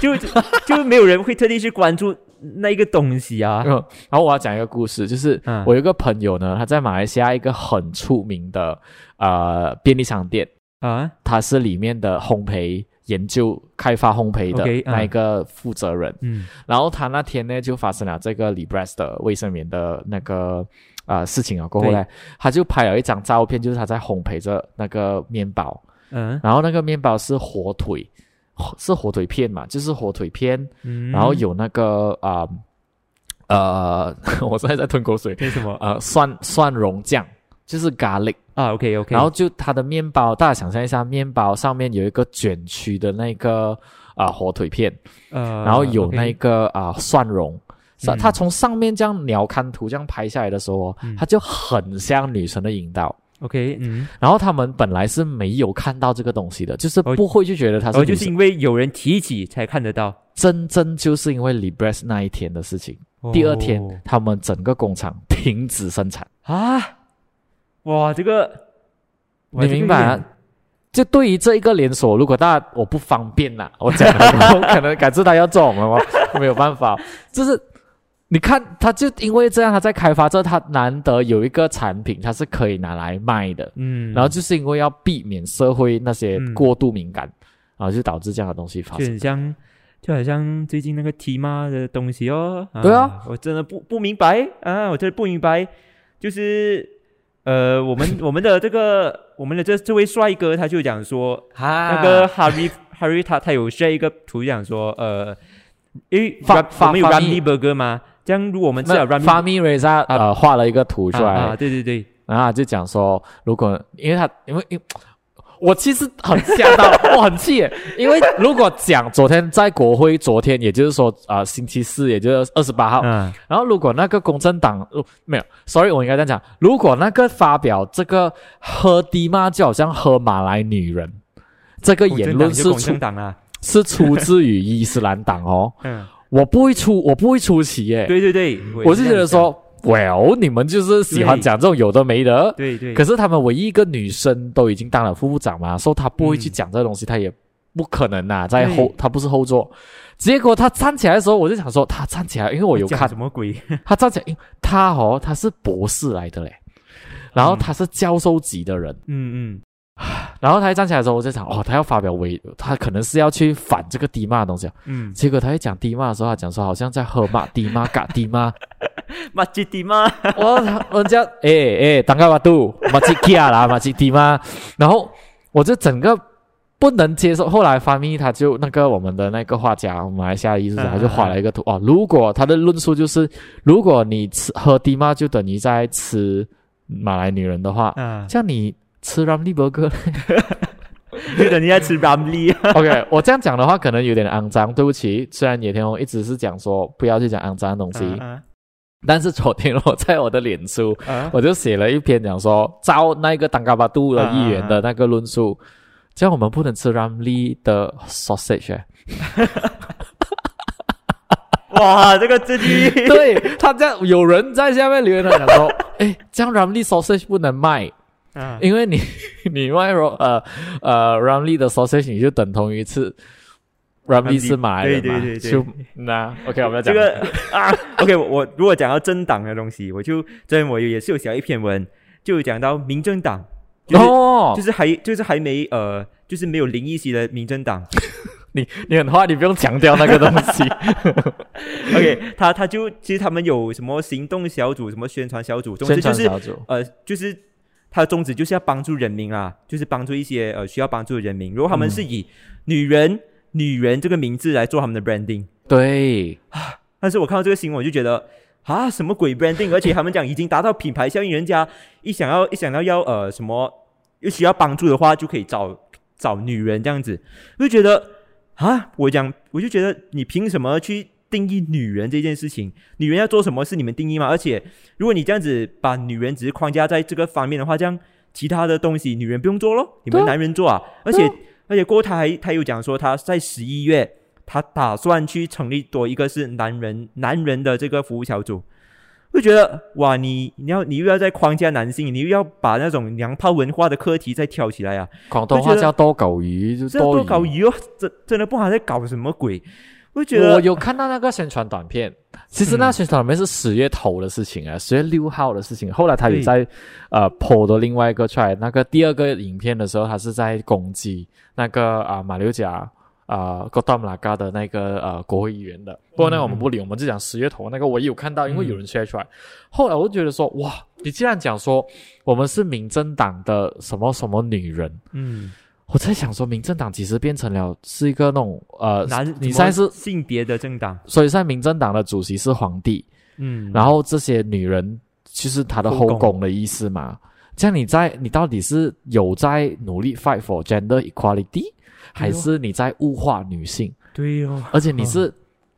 Speaker 2: 就就就没有人会特地去关注那一个东西啊。
Speaker 1: 嗯，然后我要讲一个故事，就是
Speaker 2: 嗯
Speaker 1: 我有一个朋友呢，他在马来西亚一个很出名的呃便利商店，
Speaker 2: 啊，
Speaker 1: 他是里面的烘焙研究开发烘焙的
Speaker 2: OK，嗯
Speaker 1: 那一个负责人。
Speaker 2: 嗯
Speaker 1: 然后他那天呢就发生了这个 Libres 的卫生棉的那个呃事情啊，过后呢，他就拍了一张照片，就是他在烘焙着那个面包，
Speaker 2: 嗯
Speaker 1: 然后那个面包是火腿，是火腿片嘛，就是火腿片，
Speaker 2: 嗯，
Speaker 1: 然后有那个啊呃 *laughs* 我现在在吞口水，
Speaker 2: 那什么啊
Speaker 1: 呃，蒜蒜蓉酱就是 garlic，
Speaker 2: ？OK OK，
Speaker 1: 然后就它的面包，大家想象一下，面包上面有一个卷曲的那个啊、火腿片，
Speaker 2: 呃，
Speaker 1: 然后有那
Speaker 2: OK，
Speaker 1: 个啊、蒜蓉。它
Speaker 2: 嗯
Speaker 1: 它从上面这样鸟瞰图这样拍下来的时候哦，
Speaker 2: 嗯
Speaker 1: 它就很像女神的引导。
Speaker 2: OK，嗯，
Speaker 1: 然后他们本来是没有看到这个东西的，就是
Speaker 2: 哦
Speaker 1: 不会去觉得它
Speaker 2: 然
Speaker 1: 是
Speaker 2: 后
Speaker 1: 女
Speaker 2: 就是
Speaker 1: 神。
Speaker 2: 因为有人提起才看得到。
Speaker 1: 真真就是因为 Libres 那一天的事情，第二天
Speaker 2: 哦
Speaker 1: 他们整个工厂停止生产。
Speaker 2: 啊，哇，这个哇
Speaker 1: 你
Speaker 2: 这个
Speaker 1: 明白
Speaker 2: 有
Speaker 1: 啊
Speaker 2: 点
Speaker 1: 就对于这一个连锁，如果大家我不方便啦，我讲了，我可能感知他要做我们吗？没有办法，就是你看，他就因为这样，他在开发这，他难得有一个产品，它是可以拿来卖的，
Speaker 2: 嗯，
Speaker 1: 然后就是因为要避免社会那些
Speaker 2: 嗯
Speaker 1: 过度敏感，然后就导致这样啊的东西发
Speaker 2: 就
Speaker 1: 生。
Speaker 2: 很像，就好像最近那个 T 妈的东西哦。
Speaker 1: 对啊，
Speaker 2: 我真的不不明白啊，我真的不明白，就是呃，
Speaker 1: *laughs*
Speaker 2: 我们我们的这个我们的这这位帅哥他就讲说，
Speaker 1: 啊
Speaker 2: 那个 Harry *laughs* Harry 他他有 share 一个图讲说，呃，因为
Speaker 1: 发
Speaker 2: Ram-
Speaker 1: 发
Speaker 2: 我们有
Speaker 1: 发
Speaker 2: Ramly Burger 嘛，这样如果我们吃了
Speaker 1: 那
Speaker 2: Ramly
Speaker 1: Fami Reza 呃画了一个图出
Speaker 2: 啊
Speaker 1: 来
Speaker 2: 啊，，对对对，
Speaker 1: 然后他就讲说，如果因为他因为因为我其实很吓
Speaker 2: *laughs*
Speaker 1: 到，我很气耶，因为如果讲昨天在国会，昨天也就是说啊、呃星期四，也就是二十八号，
Speaker 2: 嗯
Speaker 1: 然后如果那个公正党、呃没有，sorry，我应该这样讲，如果那个发表这个喝低嘛，就好像喝马来女人。这个
Speaker 2: 共
Speaker 1: 言
Speaker 2: 政
Speaker 1: 论
Speaker 2: 党就是共
Speaker 1: 出
Speaker 2: 政党啊，
Speaker 1: 是出自于伊斯兰党哦，
Speaker 2: 嗯，
Speaker 1: 我不会出，我不会出奇耶。
Speaker 2: 对对对，
Speaker 1: 我
Speaker 2: 是
Speaker 1: 是
Speaker 2: 这
Speaker 1: 觉得
Speaker 2: 样想，
Speaker 1: 说，Well，你们就是喜欢
Speaker 2: 对
Speaker 1: 讲这种有的没的。
Speaker 2: 对对，
Speaker 1: 可是他们唯一一个女生都已经当了副部长嘛，所以她不会去
Speaker 2: 嗯
Speaker 1: 讲这东西，她也不可能呐、在
Speaker 2: 对
Speaker 1: 后她不是后座。结果她站起来的时候，我就想说，她站起来，因为我有
Speaker 2: 讲
Speaker 1: 看
Speaker 2: 什么鬼，
Speaker 1: 她站起来，因为她哦，她是博士来的嘞，然后她是教授级的人，
Speaker 2: 嗯嗯，
Speaker 1: 然后她一站起来的时候，我就想，哦，她要发表微，她可能是要去反这个迪骂的东西啊。 *laughs*
Speaker 2: 嗯，
Speaker 1: 结果她一讲迪骂的时候，她讲说好像在喝骂迪骂嘎迪骂，
Speaker 2: 马吉迪吗？
Speaker 1: 我人家 *laughs* 哎哎，当个瓦杜马吉基亚啦， *laughs* 马吉迪嘛，然后我这整个不能接受。后来发咪他就那个我们的那个画家，马来西亚艺术家
Speaker 2: 嗯
Speaker 1: 就画了一个图哦。如果他的论述就是，如果你吃喝迪嘛，就等于在吃马来女人的话，
Speaker 2: 啊，
Speaker 1: 像你吃 Ramly *laughs* Burger
Speaker 2: 就等人家吃 Ramly，
Speaker 1: OK，我这样讲的话可能有点肮脏，对不起。虽然野田红一直是讲说不要去讲肮脏的东西，
Speaker 2: 啊
Speaker 1: 但是昨天我在我的脸书。
Speaker 2: *laughs* 啊，
Speaker 1: 我就写了一篇讲说，照那个当嘎巴杜的议员的那个论述，这样我们不能吃 Ramly 的 sausage
Speaker 2: *laughs*
Speaker 1: 欸、
Speaker 2: 哇，这个
Speaker 1: *laughs*
Speaker 2: 字句，
Speaker 1: 对他这样，有人在下面留言他讲说， *laughs* 哎，这样 Ramly sausage 不能卖，
Speaker 2: 啊
Speaker 1: 因为你 *laughs* 你卖肉呃呃 Ramly 的 sausage 你就等同于吃 Ramly 是马来人嘛，
Speaker 2: 对对对对
Speaker 1: 就那 OK 我们要
Speaker 2: 这
Speaker 1: 讲
Speaker 2: 个啊，OK，我我如果讲到政党的东西，我就昨天我也是有写一篇文，就讲到民政党，就是、
Speaker 1: 哦
Speaker 2: 就，是还就是还没呃，就是没有林一席的民
Speaker 1: *laughs*
Speaker 2: 政党
Speaker 1: 你你很坏，你不用强调那个东西，
Speaker 2: ，OK，他他就其实他们有什么行动小组、什么宣传小组， *laughs* 总之
Speaker 1: 宣
Speaker 2: 就
Speaker 1: 传
Speaker 2: 是
Speaker 1: 小组
Speaker 2: 呃，就是他的宗旨就是要帮助人民啊，就是帮助一些呃需要帮助的人民。如果他们
Speaker 1: 嗯
Speaker 2: 是以女人、女人这个名字来做他们的 branding，
Speaker 1: 对。
Speaker 2: 但是我看到这个新闻，我就觉得啊，什么鬼 branding？而且他们讲已经达到品牌效应，人家一想要一想要要呃什么，又需要帮助的话，就可以找找女人这样子，我就觉得啊，我讲我就觉得你凭什么去定义女人这件事情？女人要做什么是你们定义吗？而且如果你这样子把女人只是框架在这个方面的话，这样其他的东西女人不用做咯，你
Speaker 1: 对
Speaker 2: 们
Speaker 1: 啊
Speaker 2: 男人做啊。而且、而且过后他还他又讲说他在十一月。他打算去成立多一个是男人男人的这个服务小组，会觉得哇，你你要你又要在框架男性，你又要把那种娘炮文化的课题再挑起来啊！
Speaker 1: 广东
Speaker 2: 我
Speaker 1: 话
Speaker 2: 觉得
Speaker 1: 叫多狗鱼，就
Speaker 2: 这样多
Speaker 1: 多
Speaker 2: 搞鱼哦，真真的不好在搞什么鬼，我觉
Speaker 1: 我
Speaker 2: 得
Speaker 1: 有看到那个宣传短片，其实那宣传短片是十月头的事情啊，十、月六号的事情。后来他有
Speaker 2: 对
Speaker 1: 在呃 PO 的另外一个出来，那个第二个影片的时候，他是在攻击那个啊、马六甲啊 g o t a m l a g a 的那个呃国会议员的。不过那个我们不理，我们就讲十月头那个我也有看到，因为有人 share 出来。后来我就觉得说，哇，你既然讲说我们是民政党的什么什么女人，
Speaker 2: 嗯，
Speaker 1: 我在想说民政党其实变成了是一个那种呃
Speaker 2: 男
Speaker 1: 你
Speaker 2: 什么
Speaker 1: 现在是
Speaker 2: 性别的政党，
Speaker 1: 所以在民政党的主席是皇帝，
Speaker 2: 嗯，
Speaker 1: 然后这些女人就是他的
Speaker 2: 后
Speaker 1: 后
Speaker 2: 宫
Speaker 1: 宫的意思嘛。这样你在你到底是有在努力 fight for gender equality，还
Speaker 2: 哎
Speaker 1: 是你在物化女性？
Speaker 2: 对哦，
Speaker 1: 而且你是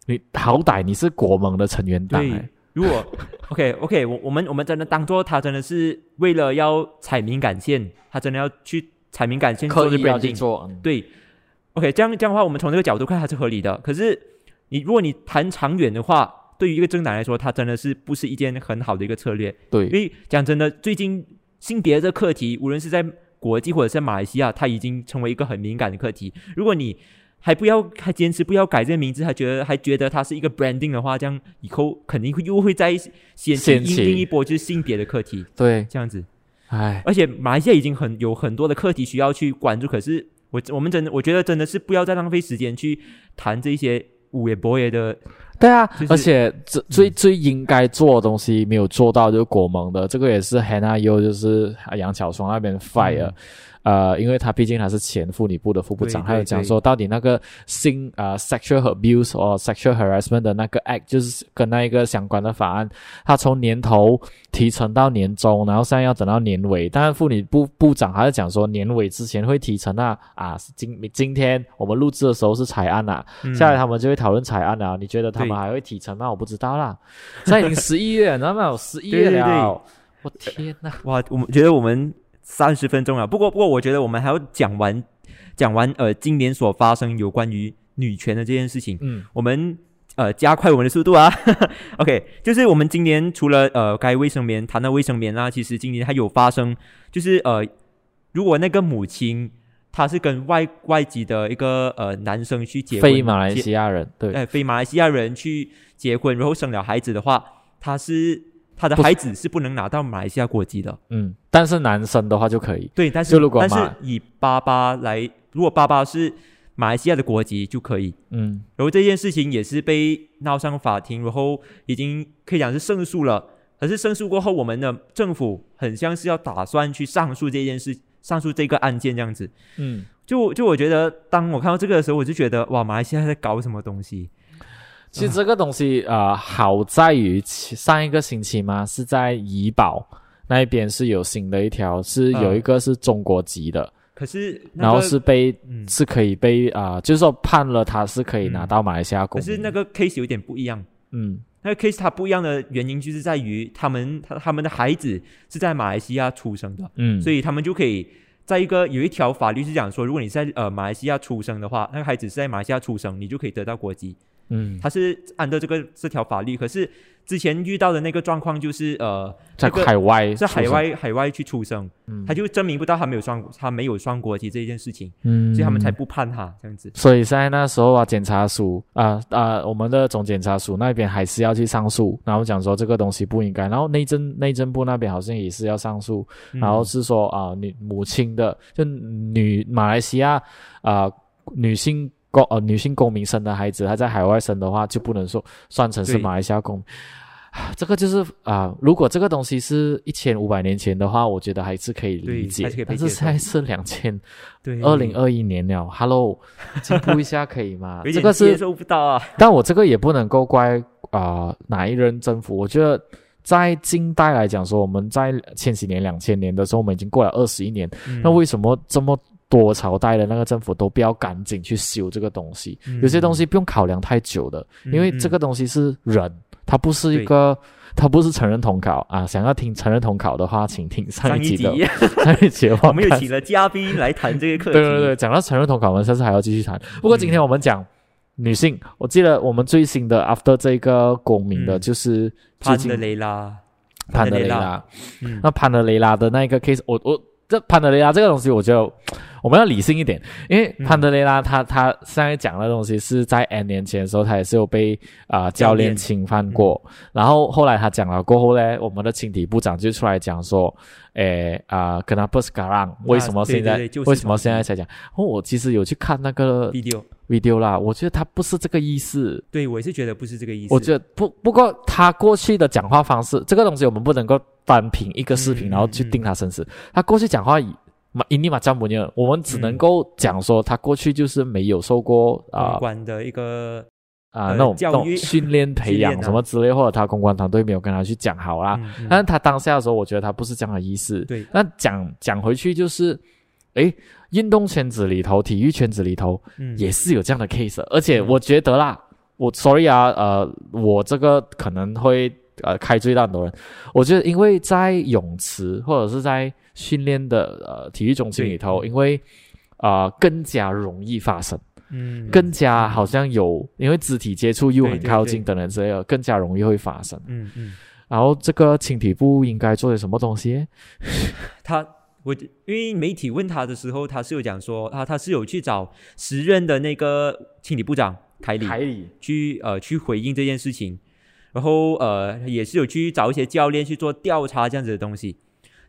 Speaker 1: 你好歹你是国盟的成员党、
Speaker 2: 对
Speaker 1: 欸，，
Speaker 2: 如果 *laughs* OK OK，我我们我们真的当做他真的是为了要踩敏感线，他真的要去踩敏感线做
Speaker 1: 刻
Speaker 2: 这
Speaker 1: 意要去
Speaker 2: branding，
Speaker 1: 做。嗯
Speaker 2: 对，OK，这样这样的话，我们从这个角度看它是合理的。可是你如果你谈长远的话，对于一个政党来说，它真的是不是一件很好的一个策略。
Speaker 1: 对
Speaker 2: 因为讲真的，最近性别这个课题，无论是在国际或者是在马来西亚，它已经成为一个很敏感的课题。如果你还不要还坚持不要改这个名字，还觉得还觉得它是一个 branding 的话，这样以后肯定会又会再掀起
Speaker 1: 掀
Speaker 2: 另
Speaker 1: 起
Speaker 2: 另一波就是性别的课题，
Speaker 1: 对，
Speaker 2: 这样子。
Speaker 1: 哎，
Speaker 2: 而且马来西亚已经很有很多的课题需要去关注，可是我我们真的我觉得真的是不要再浪费时间去谈这些五爷博爷的，
Speaker 1: 对啊，
Speaker 2: 就是
Speaker 1: 而且最最
Speaker 2: 嗯
Speaker 1: 最应该做的东西没有做到，就是国盟的这个也是 Hannah Yu，就是杨巧双那边 fire，、呃，因为他毕竟他是前妇女部的副部长，
Speaker 2: 嗯对
Speaker 1: 他有
Speaker 2: 对
Speaker 1: 讲
Speaker 2: 对
Speaker 1: 说到底那个性呃 sexual abuse or sexual harassment 的那个 act，就是跟那一个相关的法案，他从年头提成到年终，然后现在要等到年尾。当然，妇女部部长还是讲说年尾之前会提成啊啊，今今天我们录制的时候是采案啊，
Speaker 2: 嗯
Speaker 1: 下来他们就会讨论采案了。你觉得他们
Speaker 2: 对
Speaker 1: 还会提成吗？我不知道啦。 *laughs* 现在已经十一月，你知道吗？十一月
Speaker 2: 对对对
Speaker 1: 了，我天呐！
Speaker 2: 啊哇，我们觉得我们三十分钟了，不过不过我觉得我们还要讲完讲完呃今年所发生有关于女权的这件事情，
Speaker 1: 嗯
Speaker 2: 我们呃加快我们的速度啊。OK，就是我们今年除了呃该卫生棉谈到卫生棉啦、其实今年还有发生，就是呃如果那个母亲她是跟外外籍的一个呃男生去结婚，
Speaker 1: 非马来
Speaker 2: 结
Speaker 1: 西亚人，对，
Speaker 2: 哎，非马来西亚人去结婚，然后生了孩子的话，他是他的
Speaker 1: 不是
Speaker 2: 孩子是不能拿到马来西亚国籍的。
Speaker 1: 嗯，但是男生的话就可以，
Speaker 2: 对，但是
Speaker 1: 就如果
Speaker 2: 但是
Speaker 1: 马
Speaker 2: 以爸爸来，如果爸爸是马来西亚的国籍就可以。
Speaker 1: 嗯
Speaker 2: 然后这件事情也是被闹上法庭，然后已经可以讲是胜诉了。可是胜诉过后，我们的政府很像是要打算去上诉这件事，上诉这个案件这样子。
Speaker 1: 嗯，
Speaker 2: 就就我觉得，当我看到这个的时候，我就觉得哇，马来西亚在搞什么东西？
Speaker 1: 其实这个东西呃，好在于其上一个星期嘛，是在怡保那一边是有新的一条，是有一个是中国籍的，嗯
Speaker 2: 可是、那个、
Speaker 1: 然后是被
Speaker 2: 嗯，
Speaker 1: 是可以被啊、就是说判了他是可以拿到马来西亚
Speaker 2: 可
Speaker 1: 公民，
Speaker 2: 是那个 case 有点不一样。
Speaker 1: 嗯
Speaker 2: 那个 case 它不一样的原因就是在于他们他他们的孩子是在马来西亚出生的，
Speaker 1: 嗯，
Speaker 2: 所
Speaker 1: 以
Speaker 2: 以他们就可以在一个有一条法律是讲说，如果你是在呃马来西亚出生的话，那个孩子是在马来西亚出生，你就可以得到国籍。
Speaker 1: 嗯，
Speaker 2: 他是按照这个这条法律，可是之前遇到的那个状况就是呃
Speaker 1: 在
Speaker 2: 那个
Speaker 1: 海外
Speaker 2: 在海
Speaker 1: 出生，
Speaker 2: 外海外去出生，
Speaker 1: 嗯
Speaker 2: 他就证明不到他没有双他没有双国籍这件事情，
Speaker 1: 嗯，
Speaker 2: 所以他们才不判他这样子。
Speaker 1: 所以现在那时候啊，检察署啊啊、我们的总检察署那边还是要去上诉，然后讲说这个东西不应该，然后内政内政部那边好像也是要上诉，
Speaker 2: 嗯
Speaker 1: 然后是说啊、女母亲的就女马来西亚啊、女性公呃女性公民生的孩子，她在海外生的话就不能说算成是
Speaker 2: 对
Speaker 1: 马来西亚公民。啊这个就是啊、如果这个东西是一千五百年前的话，我觉得还是可以理
Speaker 2: 对
Speaker 1: 解。
Speaker 2: 还是可以被
Speaker 1: 但是
Speaker 2: 接受
Speaker 1: 现在是两千
Speaker 2: 对？
Speaker 1: 二零二一年了，Hello，进步一下可以吗
Speaker 2: 有
Speaker 1: 这
Speaker 2: 点
Speaker 1: 个
Speaker 2: 接
Speaker 1: 是，
Speaker 2: 受不到啊。
Speaker 1: 但我这个也不能够怪啊、呃哪一任政府。我觉得在近代来讲说，我们在千禧年、两千年的时候，我们已经过了二十一年，
Speaker 2: 嗯
Speaker 1: 那为什么这么多朝代的那个政府都不要赶紧去修这个东西？
Speaker 2: 嗯
Speaker 1: 有些东西不用考量太久的，因为这个东西是人，它不是一
Speaker 2: 对
Speaker 1: 个。它不是成人统考啊！想要听成人统考的话，请听上
Speaker 2: 上
Speaker 1: 一
Speaker 2: 一
Speaker 1: 集的
Speaker 2: 集
Speaker 1: *laughs*
Speaker 2: *laughs*
Speaker 1: 上一集的话。
Speaker 2: 我们有请了嘉宾来谈这个课题。
Speaker 1: *laughs* 对对对，讲到成人同款，我们下次还要继续谈。不过今天我们讲女性，我记得我们最新的 after 这个公民的
Speaker 2: 嗯
Speaker 1: 就是最
Speaker 2: 潘德
Speaker 1: 近
Speaker 2: 雷拉，
Speaker 1: 潘德
Speaker 2: 德
Speaker 1: 雷
Speaker 2: 雷拉
Speaker 1: 拉。
Speaker 2: 嗯
Speaker 1: 那潘德雷拉的那一个 case，我我这潘德雷拉这个东西，我觉得我们要理性一点，因为
Speaker 2: 嗯
Speaker 1: 潘德雷拉他他上一讲的东西是在 N 年前的时候，他也是有被啊、呃教
Speaker 2: 教练
Speaker 1: 练侵犯过，然后后来他讲了过后呢，我们的青体部长就出来讲说，诶啊，跟他不是 a n 为什么
Speaker 2: 啊对
Speaker 1: 现在
Speaker 2: 对对就是
Speaker 1: 为什么
Speaker 2: 同
Speaker 1: 现在才讲？哦，我其实有去看那个
Speaker 2: video，
Speaker 1: video 啦，我觉得他不是这个意思，
Speaker 2: 对我也是觉得不是这个意思。
Speaker 1: 我觉得不，不过他过去的讲话方式，这个东西我们不能够单凭一个视频、
Speaker 2: 嗯
Speaker 1: 然后去定他生死。他过去讲话以马伊尼马詹姆尼尔，我们只能够讲说他过去就是没有受过
Speaker 2: 公
Speaker 1: 啊
Speaker 2: 关的一个
Speaker 1: 啊、
Speaker 2: 呃
Speaker 1: 那种
Speaker 2: 教
Speaker 1: 那
Speaker 2: 育
Speaker 1: 种训练培
Speaker 2: 训练
Speaker 1: 养
Speaker 2: 啊
Speaker 1: 什么之类，或者他公关团队没有跟他去讲好啦。
Speaker 2: 嗯嗯
Speaker 1: 啊但是他当下的时候，我觉得他不是这样的意思。
Speaker 2: 对
Speaker 1: 那讲讲回去就是，诶，运动圈子里头、体育圈子里头，
Speaker 2: 嗯
Speaker 1: 也是有这样的 case，的而且我觉得啦，我 sorry 啊，呃，我这个可能会呃开罪到很多人。我觉得因为在泳池或者是在训练的呃体育中心里头，因为啊、呃更加容易发生，
Speaker 2: 嗯
Speaker 1: 更加好像有因为肢体接触又
Speaker 2: 对
Speaker 1: 很
Speaker 2: 对
Speaker 1: 靠近
Speaker 2: 对
Speaker 1: 等等之类的，更加容易会发生。
Speaker 2: 嗯嗯，
Speaker 1: 然后这个青体部应该做些什么东西？
Speaker 2: 他。我因为媒体问他的时候，他是有讲说啊，他是有去找时任的那个清理部长凯里
Speaker 1: 里，
Speaker 2: 去呃去回应这件事情，然后呃也是有去找一些教练去做调查这样子的东西。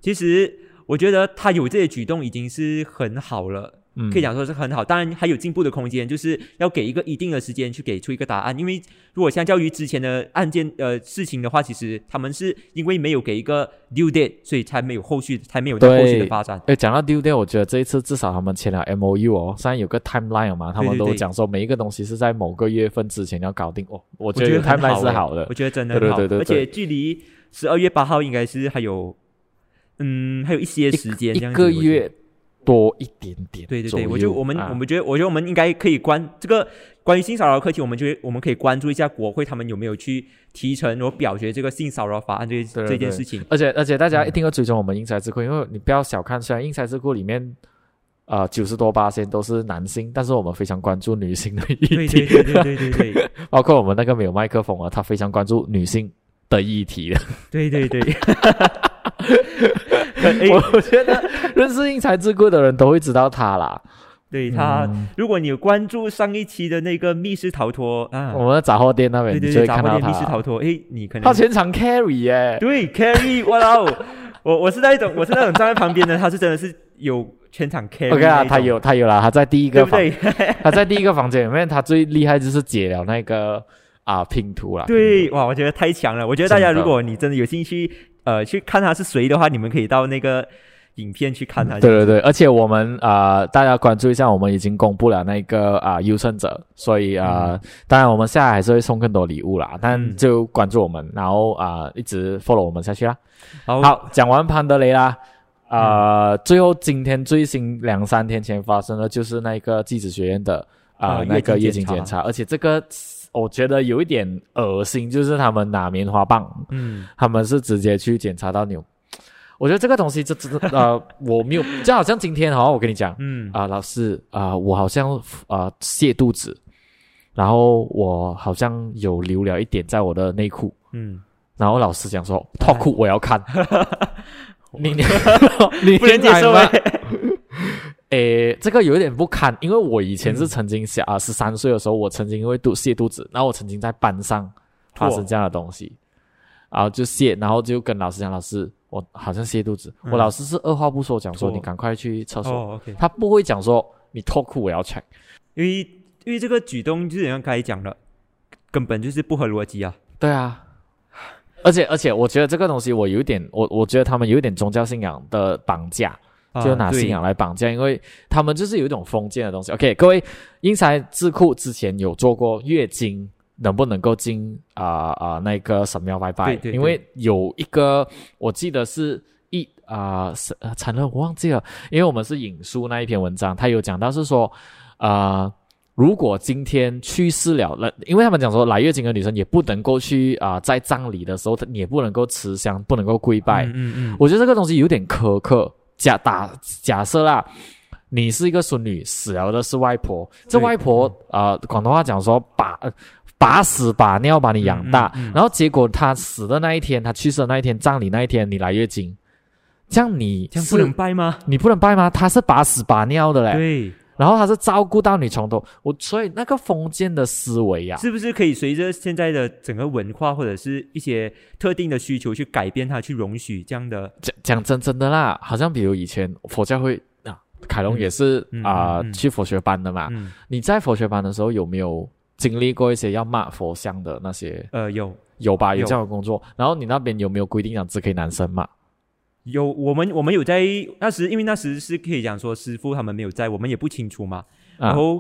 Speaker 2: 其实我觉得他有这些举动已经是很好了，
Speaker 1: 嗯，
Speaker 2: 可以讲说是很好，当然还有进步的空间，就是要给一个一定的时间去给出一个答案。因为如果相较于之前的案件呃事情的话，其实他们是因为没有给一个 due date，所以才没有后续，才没有到后续的
Speaker 1: 对
Speaker 2: 发展。
Speaker 1: 诶，讲到丢掉，我觉得这一次至少他们签了 M O U 哦，现在有个 timeline 了嘛，他们
Speaker 2: 对对
Speaker 1: 都
Speaker 2: 对
Speaker 1: 讲说每一个东西是在某个月份之前要搞定哦。我
Speaker 2: 我
Speaker 1: 觉得
Speaker 2: 觉
Speaker 1: 有
Speaker 2: 得很
Speaker 1: timeline
Speaker 2: 好
Speaker 1: 是
Speaker 2: 欸
Speaker 1: 好的
Speaker 2: 我，觉得真的很好，
Speaker 1: 对对对对
Speaker 2: 而且距离十二月八号应该是还有嗯还有一些时间，
Speaker 1: 一
Speaker 2: 这样子
Speaker 1: 个
Speaker 2: 我觉得
Speaker 1: 月多一点点左
Speaker 2: 对
Speaker 1: 右。
Speaker 2: 对对，我就我们、
Speaker 1: 啊
Speaker 2: 我们觉得，我觉得我们应该可以关这个关于性骚扰的课题，我们就我们可以关注一下国会他们有没有去提成，然后表决这个性骚扰法案这
Speaker 1: 对对
Speaker 2: 这件
Speaker 1: 对
Speaker 2: 事情。嗯
Speaker 1: 而且而且大家一定要追踪我们英才智库，因为你不要小看，虽然英才智库里面呃九十多八线都是男性，但是我们非常关注女性的议题，
Speaker 2: 对对对对对对对
Speaker 1: 包括我们那个没有麦克风啊，他非常关注女性的议题的。 *laughs*
Speaker 2: 对对对。哎，
Speaker 1: 我觉得认识因材治故的人都会知道他啦。
Speaker 2: 对他，
Speaker 1: 嗯
Speaker 2: 如果你有关注上一期的那个密室逃脱啊，
Speaker 1: 我们的杂货店那边
Speaker 2: 对对
Speaker 1: 你就
Speaker 2: 对，
Speaker 1: 会
Speaker 2: 杂
Speaker 1: 看
Speaker 2: 货
Speaker 1: 到
Speaker 2: 店密室
Speaker 1: 他，
Speaker 2: 逃脱，哎，你可能
Speaker 1: 他全场 carry 耶、
Speaker 2: 对 carry，哇哦， *laughs* 我我是那一种，我是那种站在旁边的，他是真的是有全场 carry。
Speaker 1: OK 啊，他，有他有啦，他在第一
Speaker 2: 对
Speaker 1: 个
Speaker 2: 不
Speaker 1: 房，
Speaker 2: 对？
Speaker 1: 他在第一个房间里面， *laughs* 他最厉害就是解了那个啊拼图啦。
Speaker 2: *laughs* 对，哇，我觉得太强了。我觉得大家
Speaker 1: 真的
Speaker 2: 如果你真的有兴趣，呃，去看他是谁的话，你们可以到那个影片去看他。
Speaker 1: 对对对，而且我们啊、呃大家关注一下，我们已经公布了那个啊、优胜者，所以啊、呃当然我们下来还是会送更多礼物啦，但
Speaker 2: 嗯
Speaker 1: 就关注我们，然后啊、一直 follow 我们下去啦。
Speaker 2: 好，嗯
Speaker 1: 好，讲完潘德雷拉，啊、最后今天最新两三天前发生的就是那个技职学院的啊、
Speaker 2: 啊月
Speaker 1: 那个
Speaker 2: 经
Speaker 1: 夜
Speaker 2: 检
Speaker 1: 间
Speaker 2: 查
Speaker 1: 检查，而且这个我觉得有一点恶心，就是他们拿棉花棒，
Speaker 2: 嗯，
Speaker 1: 他们是直接去检查到你有。我觉得这个东西这真的呃，我没有，就好像今天哦好像我跟你讲
Speaker 2: 嗯
Speaker 1: 啊、老师啊、我好像啊、泻肚子，然后我好像有留了一点在我的内裤，
Speaker 2: 嗯，
Speaker 1: 然后老师讲说脱裤我要看，哎 *laughs* 你你 *laughs* 你
Speaker 2: 不能接受
Speaker 1: 明白
Speaker 2: 哎
Speaker 1: 吗。诶，这个有一点不堪，因为我以前是曾经小啊十三岁的时候，我曾经因为肚泻肚子，然后我曾经在班上发生这样的东西，然后就泻，然后就跟老师讲，老师我好像泻肚子，
Speaker 2: 嗯
Speaker 1: 我老师是二话不说讲说
Speaker 2: 吐
Speaker 1: 你赶快去厕所，
Speaker 2: 哦，OK，
Speaker 1: 他不会讲说你脱裤我要 check，
Speaker 2: 因为因为这个举动就是像刚才讲的，根本就是不合逻辑啊。
Speaker 1: *laughs* 对啊。而且而且，我觉得这个东西我有一点，我我觉得他们有一点宗教信仰的绑架，
Speaker 2: 啊
Speaker 1: 就拿信仰来绑架，因为他们就是有一种封建的东西。OK，各位，英才智库之前有做过月经能不能够进啊啊、那个神庙拜拜，
Speaker 2: 对对对
Speaker 1: 因为有一个我记得是一啊、是呃惨了，我忘记了，因为我们是引述那一篇文章，他有讲到是说啊。呃如果今天去世了，那因为他们讲说来月经的女生也不能够去啊、在葬礼的时候，她也不能够持香，不能够跪拜，
Speaker 2: 嗯嗯嗯，
Speaker 1: 我觉得这个东西有点苛刻。假打假设啦，你是一个孙女，死了的是外婆，这
Speaker 2: 对
Speaker 1: 外婆啊、呃广东话讲说把呃把屎把尿把你养大，
Speaker 2: 嗯嗯嗯
Speaker 1: 然后结果她死的那一天，她去世的那一天，葬礼那一天，你来月经，这样你
Speaker 2: 这样
Speaker 1: 是
Speaker 2: 不能拜吗？
Speaker 1: 你不能拜吗？她是把屎把尿的嘞，
Speaker 2: 对，
Speaker 1: 然后她是照顾到你从头，我所以那个封建的思维啊呀、
Speaker 2: 是不是可以随着现在的整个文化或者是一些特定的需求去改变它，去容许这样的？
Speaker 1: 讲讲真真的啦，好像比如以前佛教会啊，凯龙
Speaker 2: 嗯
Speaker 1: 也是啊、
Speaker 2: 嗯嗯嗯
Speaker 1: 去佛学班的嘛，
Speaker 2: 嗯，
Speaker 1: 你在佛学班的时候有没有经历过一些要骂佛像的那些？
Speaker 2: 呃，有
Speaker 1: 有吧，
Speaker 2: 有
Speaker 1: 有这样的工作。然后你那边有没有规定讲只可以男生骂？啊
Speaker 2: 有，我们我们有在那时，因为那时是可以讲说师傅他们没有在，我们也不清楚嘛。然
Speaker 1: 啊，
Speaker 2: 后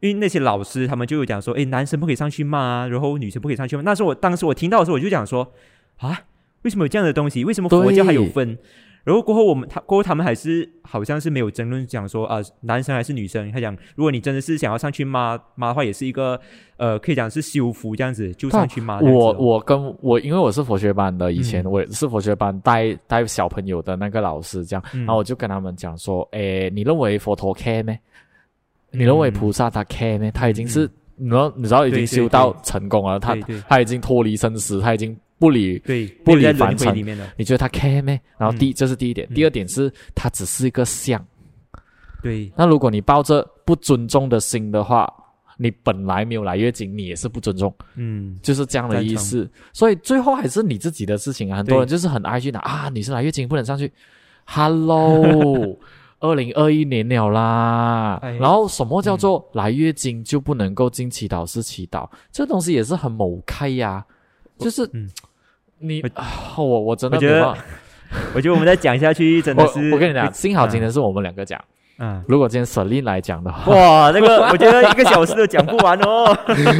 Speaker 2: 因为那些老师他们就有讲说，哎，男生不可以上去骂啊，然后女生不可以上去骂。那时候我当时我听到的时候，我就讲说啊，为什么有这样的东西？为什么佛教还有
Speaker 1: 对
Speaker 2: 分？然后过后我们他过后他们还是好像是没有争论讲说啊、男生还是女生。他讲，如果你真的是想要上去骂骂的话，也是一个呃可以讲是修复这样子，就上去骂这样子
Speaker 1: 我
Speaker 2: 咯。
Speaker 1: 哦我跟我，因为我是佛学班的，以前
Speaker 2: 嗯
Speaker 1: 我也是佛学班带带小朋友的那个老师，这样，
Speaker 2: 嗯
Speaker 1: 然后我就跟他们讲说，诶，你认为佛陀 care 吗？你认为菩萨他 care 吗？他已经是，你知道，你知道已经
Speaker 2: 对对
Speaker 1: 修到成功了，他
Speaker 2: 嗯对对
Speaker 1: 他已经脱离生死，他已经不理
Speaker 2: 对
Speaker 1: 不
Speaker 2: 没有在
Speaker 1: 理凡
Speaker 2: 轮回
Speaker 1: 尘
Speaker 2: 里面的，
Speaker 1: 你觉得他 care 吗？然后第这是第一点，
Speaker 2: 嗯
Speaker 1: 第二点是他只是一个像。
Speaker 2: 对
Speaker 1: 那如果你抱着不尊重的心的话，你本来没有来月经，你也是不尊重，
Speaker 2: 嗯
Speaker 1: 就是这样的意思。所以最后还是你自己的事情啊。很多人就是很爱去拿啊，你是来月经不能上去，Hello，二
Speaker 2: *laughs*
Speaker 1: 零二一年了啦。
Speaker 2: 哎
Speaker 1: 然后什么叫做来月经就不能够进祈祷室祈祷？这东西也是很某开呀、就是、
Speaker 2: 嗯
Speaker 1: 你
Speaker 2: 我
Speaker 1: 啊我我真的
Speaker 2: 我觉得
Speaker 1: 没办法
Speaker 2: 我觉得我们再讲下去真
Speaker 1: 我
Speaker 2: 的是
Speaker 1: 哦我跟你讲，
Speaker 2: 会
Speaker 1: 幸好今天是我们两个讲，
Speaker 2: *laughs* 嗯。
Speaker 1: 如果今天 Selin 来讲的话。
Speaker 2: 哇，那个我觉得一个小时都讲不完哦。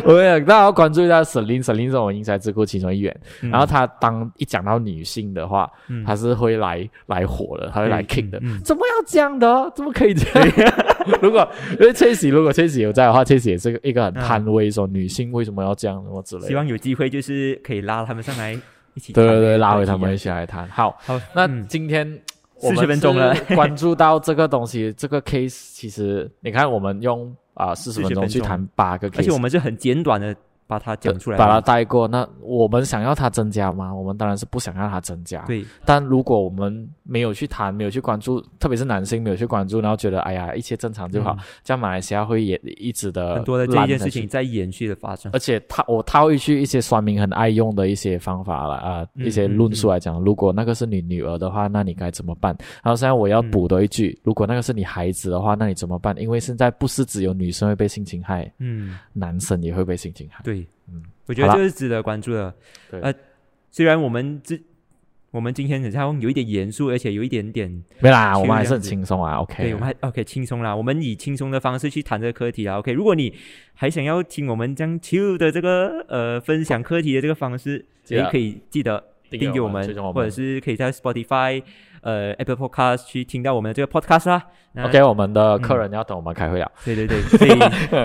Speaker 1: 我也大家要关注一下 Selin，Selin 是我们英才智库其中一员。然后
Speaker 2: 他
Speaker 1: 她当一讲到女性的话，她是会来来火的，她会来 kick 的。
Speaker 2: 嗯嗯，嗯嗯
Speaker 1: 怎么要这样的？怎么可以这
Speaker 2: *laughs*
Speaker 1: 样？如果因为崔喜，如果崔喜有在的话，崔喜也是一个很贪威，说女性为什么要这样，什么之类
Speaker 2: 希
Speaker 1: 的。
Speaker 2: 望有机会就是可以拉他们上来一起
Speaker 1: 对
Speaker 2: 谈这个话题啊。
Speaker 1: 对对，拉回他们一起来谈。好，
Speaker 2: 好，
Speaker 1: 那
Speaker 2: 嗯
Speaker 1: 今天我们
Speaker 2: 40分钟了
Speaker 1: 是关注到这个东西，这个 case 其实你看，我们用啊四十分
Speaker 2: 40
Speaker 1: 钟
Speaker 2: 分
Speaker 1: 去
Speaker 2: 钟
Speaker 1: 谈八个 case，
Speaker 2: 而且我们是很简短的把它讲出来，
Speaker 1: 把它带过。那我们想要它增加吗？我们当然是不想要它增加。
Speaker 2: 对
Speaker 1: 但如果我们没有去谈，没有去关注，特别是男性没有去关注，然后觉得哎呀一切正常就好，呃
Speaker 2: 嗯
Speaker 1: 这样马来西亚会也一直的
Speaker 2: 很多的这一件事情在延续的发生。
Speaker 1: 而且他我套一句一些酸民很爱用的一些方法了啊、
Speaker 2: 嗯
Speaker 1: 一些论述来讲，如果那个是你女儿的话，那你该怎么办？然后现在我
Speaker 2: 嗯
Speaker 1: 要补多一句，如果那个是你孩子的话，那你怎么办？因为现在不是只有女生会被性侵害，
Speaker 2: 嗯，
Speaker 1: 男生也会被性侵害。
Speaker 2: 对，
Speaker 1: 嗯
Speaker 2: 我觉得
Speaker 1: 好啦
Speaker 2: 这是值得关注的。
Speaker 1: 对
Speaker 2: 呃，虽然我们这我们今天好像有一点严肃，而且有一点点，
Speaker 1: 没啦，
Speaker 2: 其实
Speaker 1: 我们还是
Speaker 2: 这
Speaker 1: 很
Speaker 2: 样子
Speaker 1: 轻松啊，OK。
Speaker 2: 对，我们还 OK 轻松啦，我们以轻松的方式去谈这个课题啊。OK，如果你还想要听我们这样 chill 的这个呃分享课题的这个方式，
Speaker 1: 记
Speaker 2: 也
Speaker 1: 得
Speaker 2: 可以记得订阅我
Speaker 1: 追踪
Speaker 2: 们，
Speaker 1: 啊我们
Speaker 2: 或者是可以在 Spotify、呃 Apple Podcast 去听到我们的这个 podcast 啦。那
Speaker 1: OK，我们的
Speaker 2: 嗯
Speaker 1: 客人要等我们开会了。
Speaker 2: 对对对， *laughs* 所以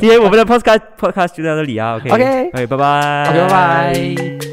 Speaker 2: 今天我们的 podcast podcast 就到这里啊。OK
Speaker 1: OK
Speaker 2: OK，拜拜
Speaker 1: OK，拜拜。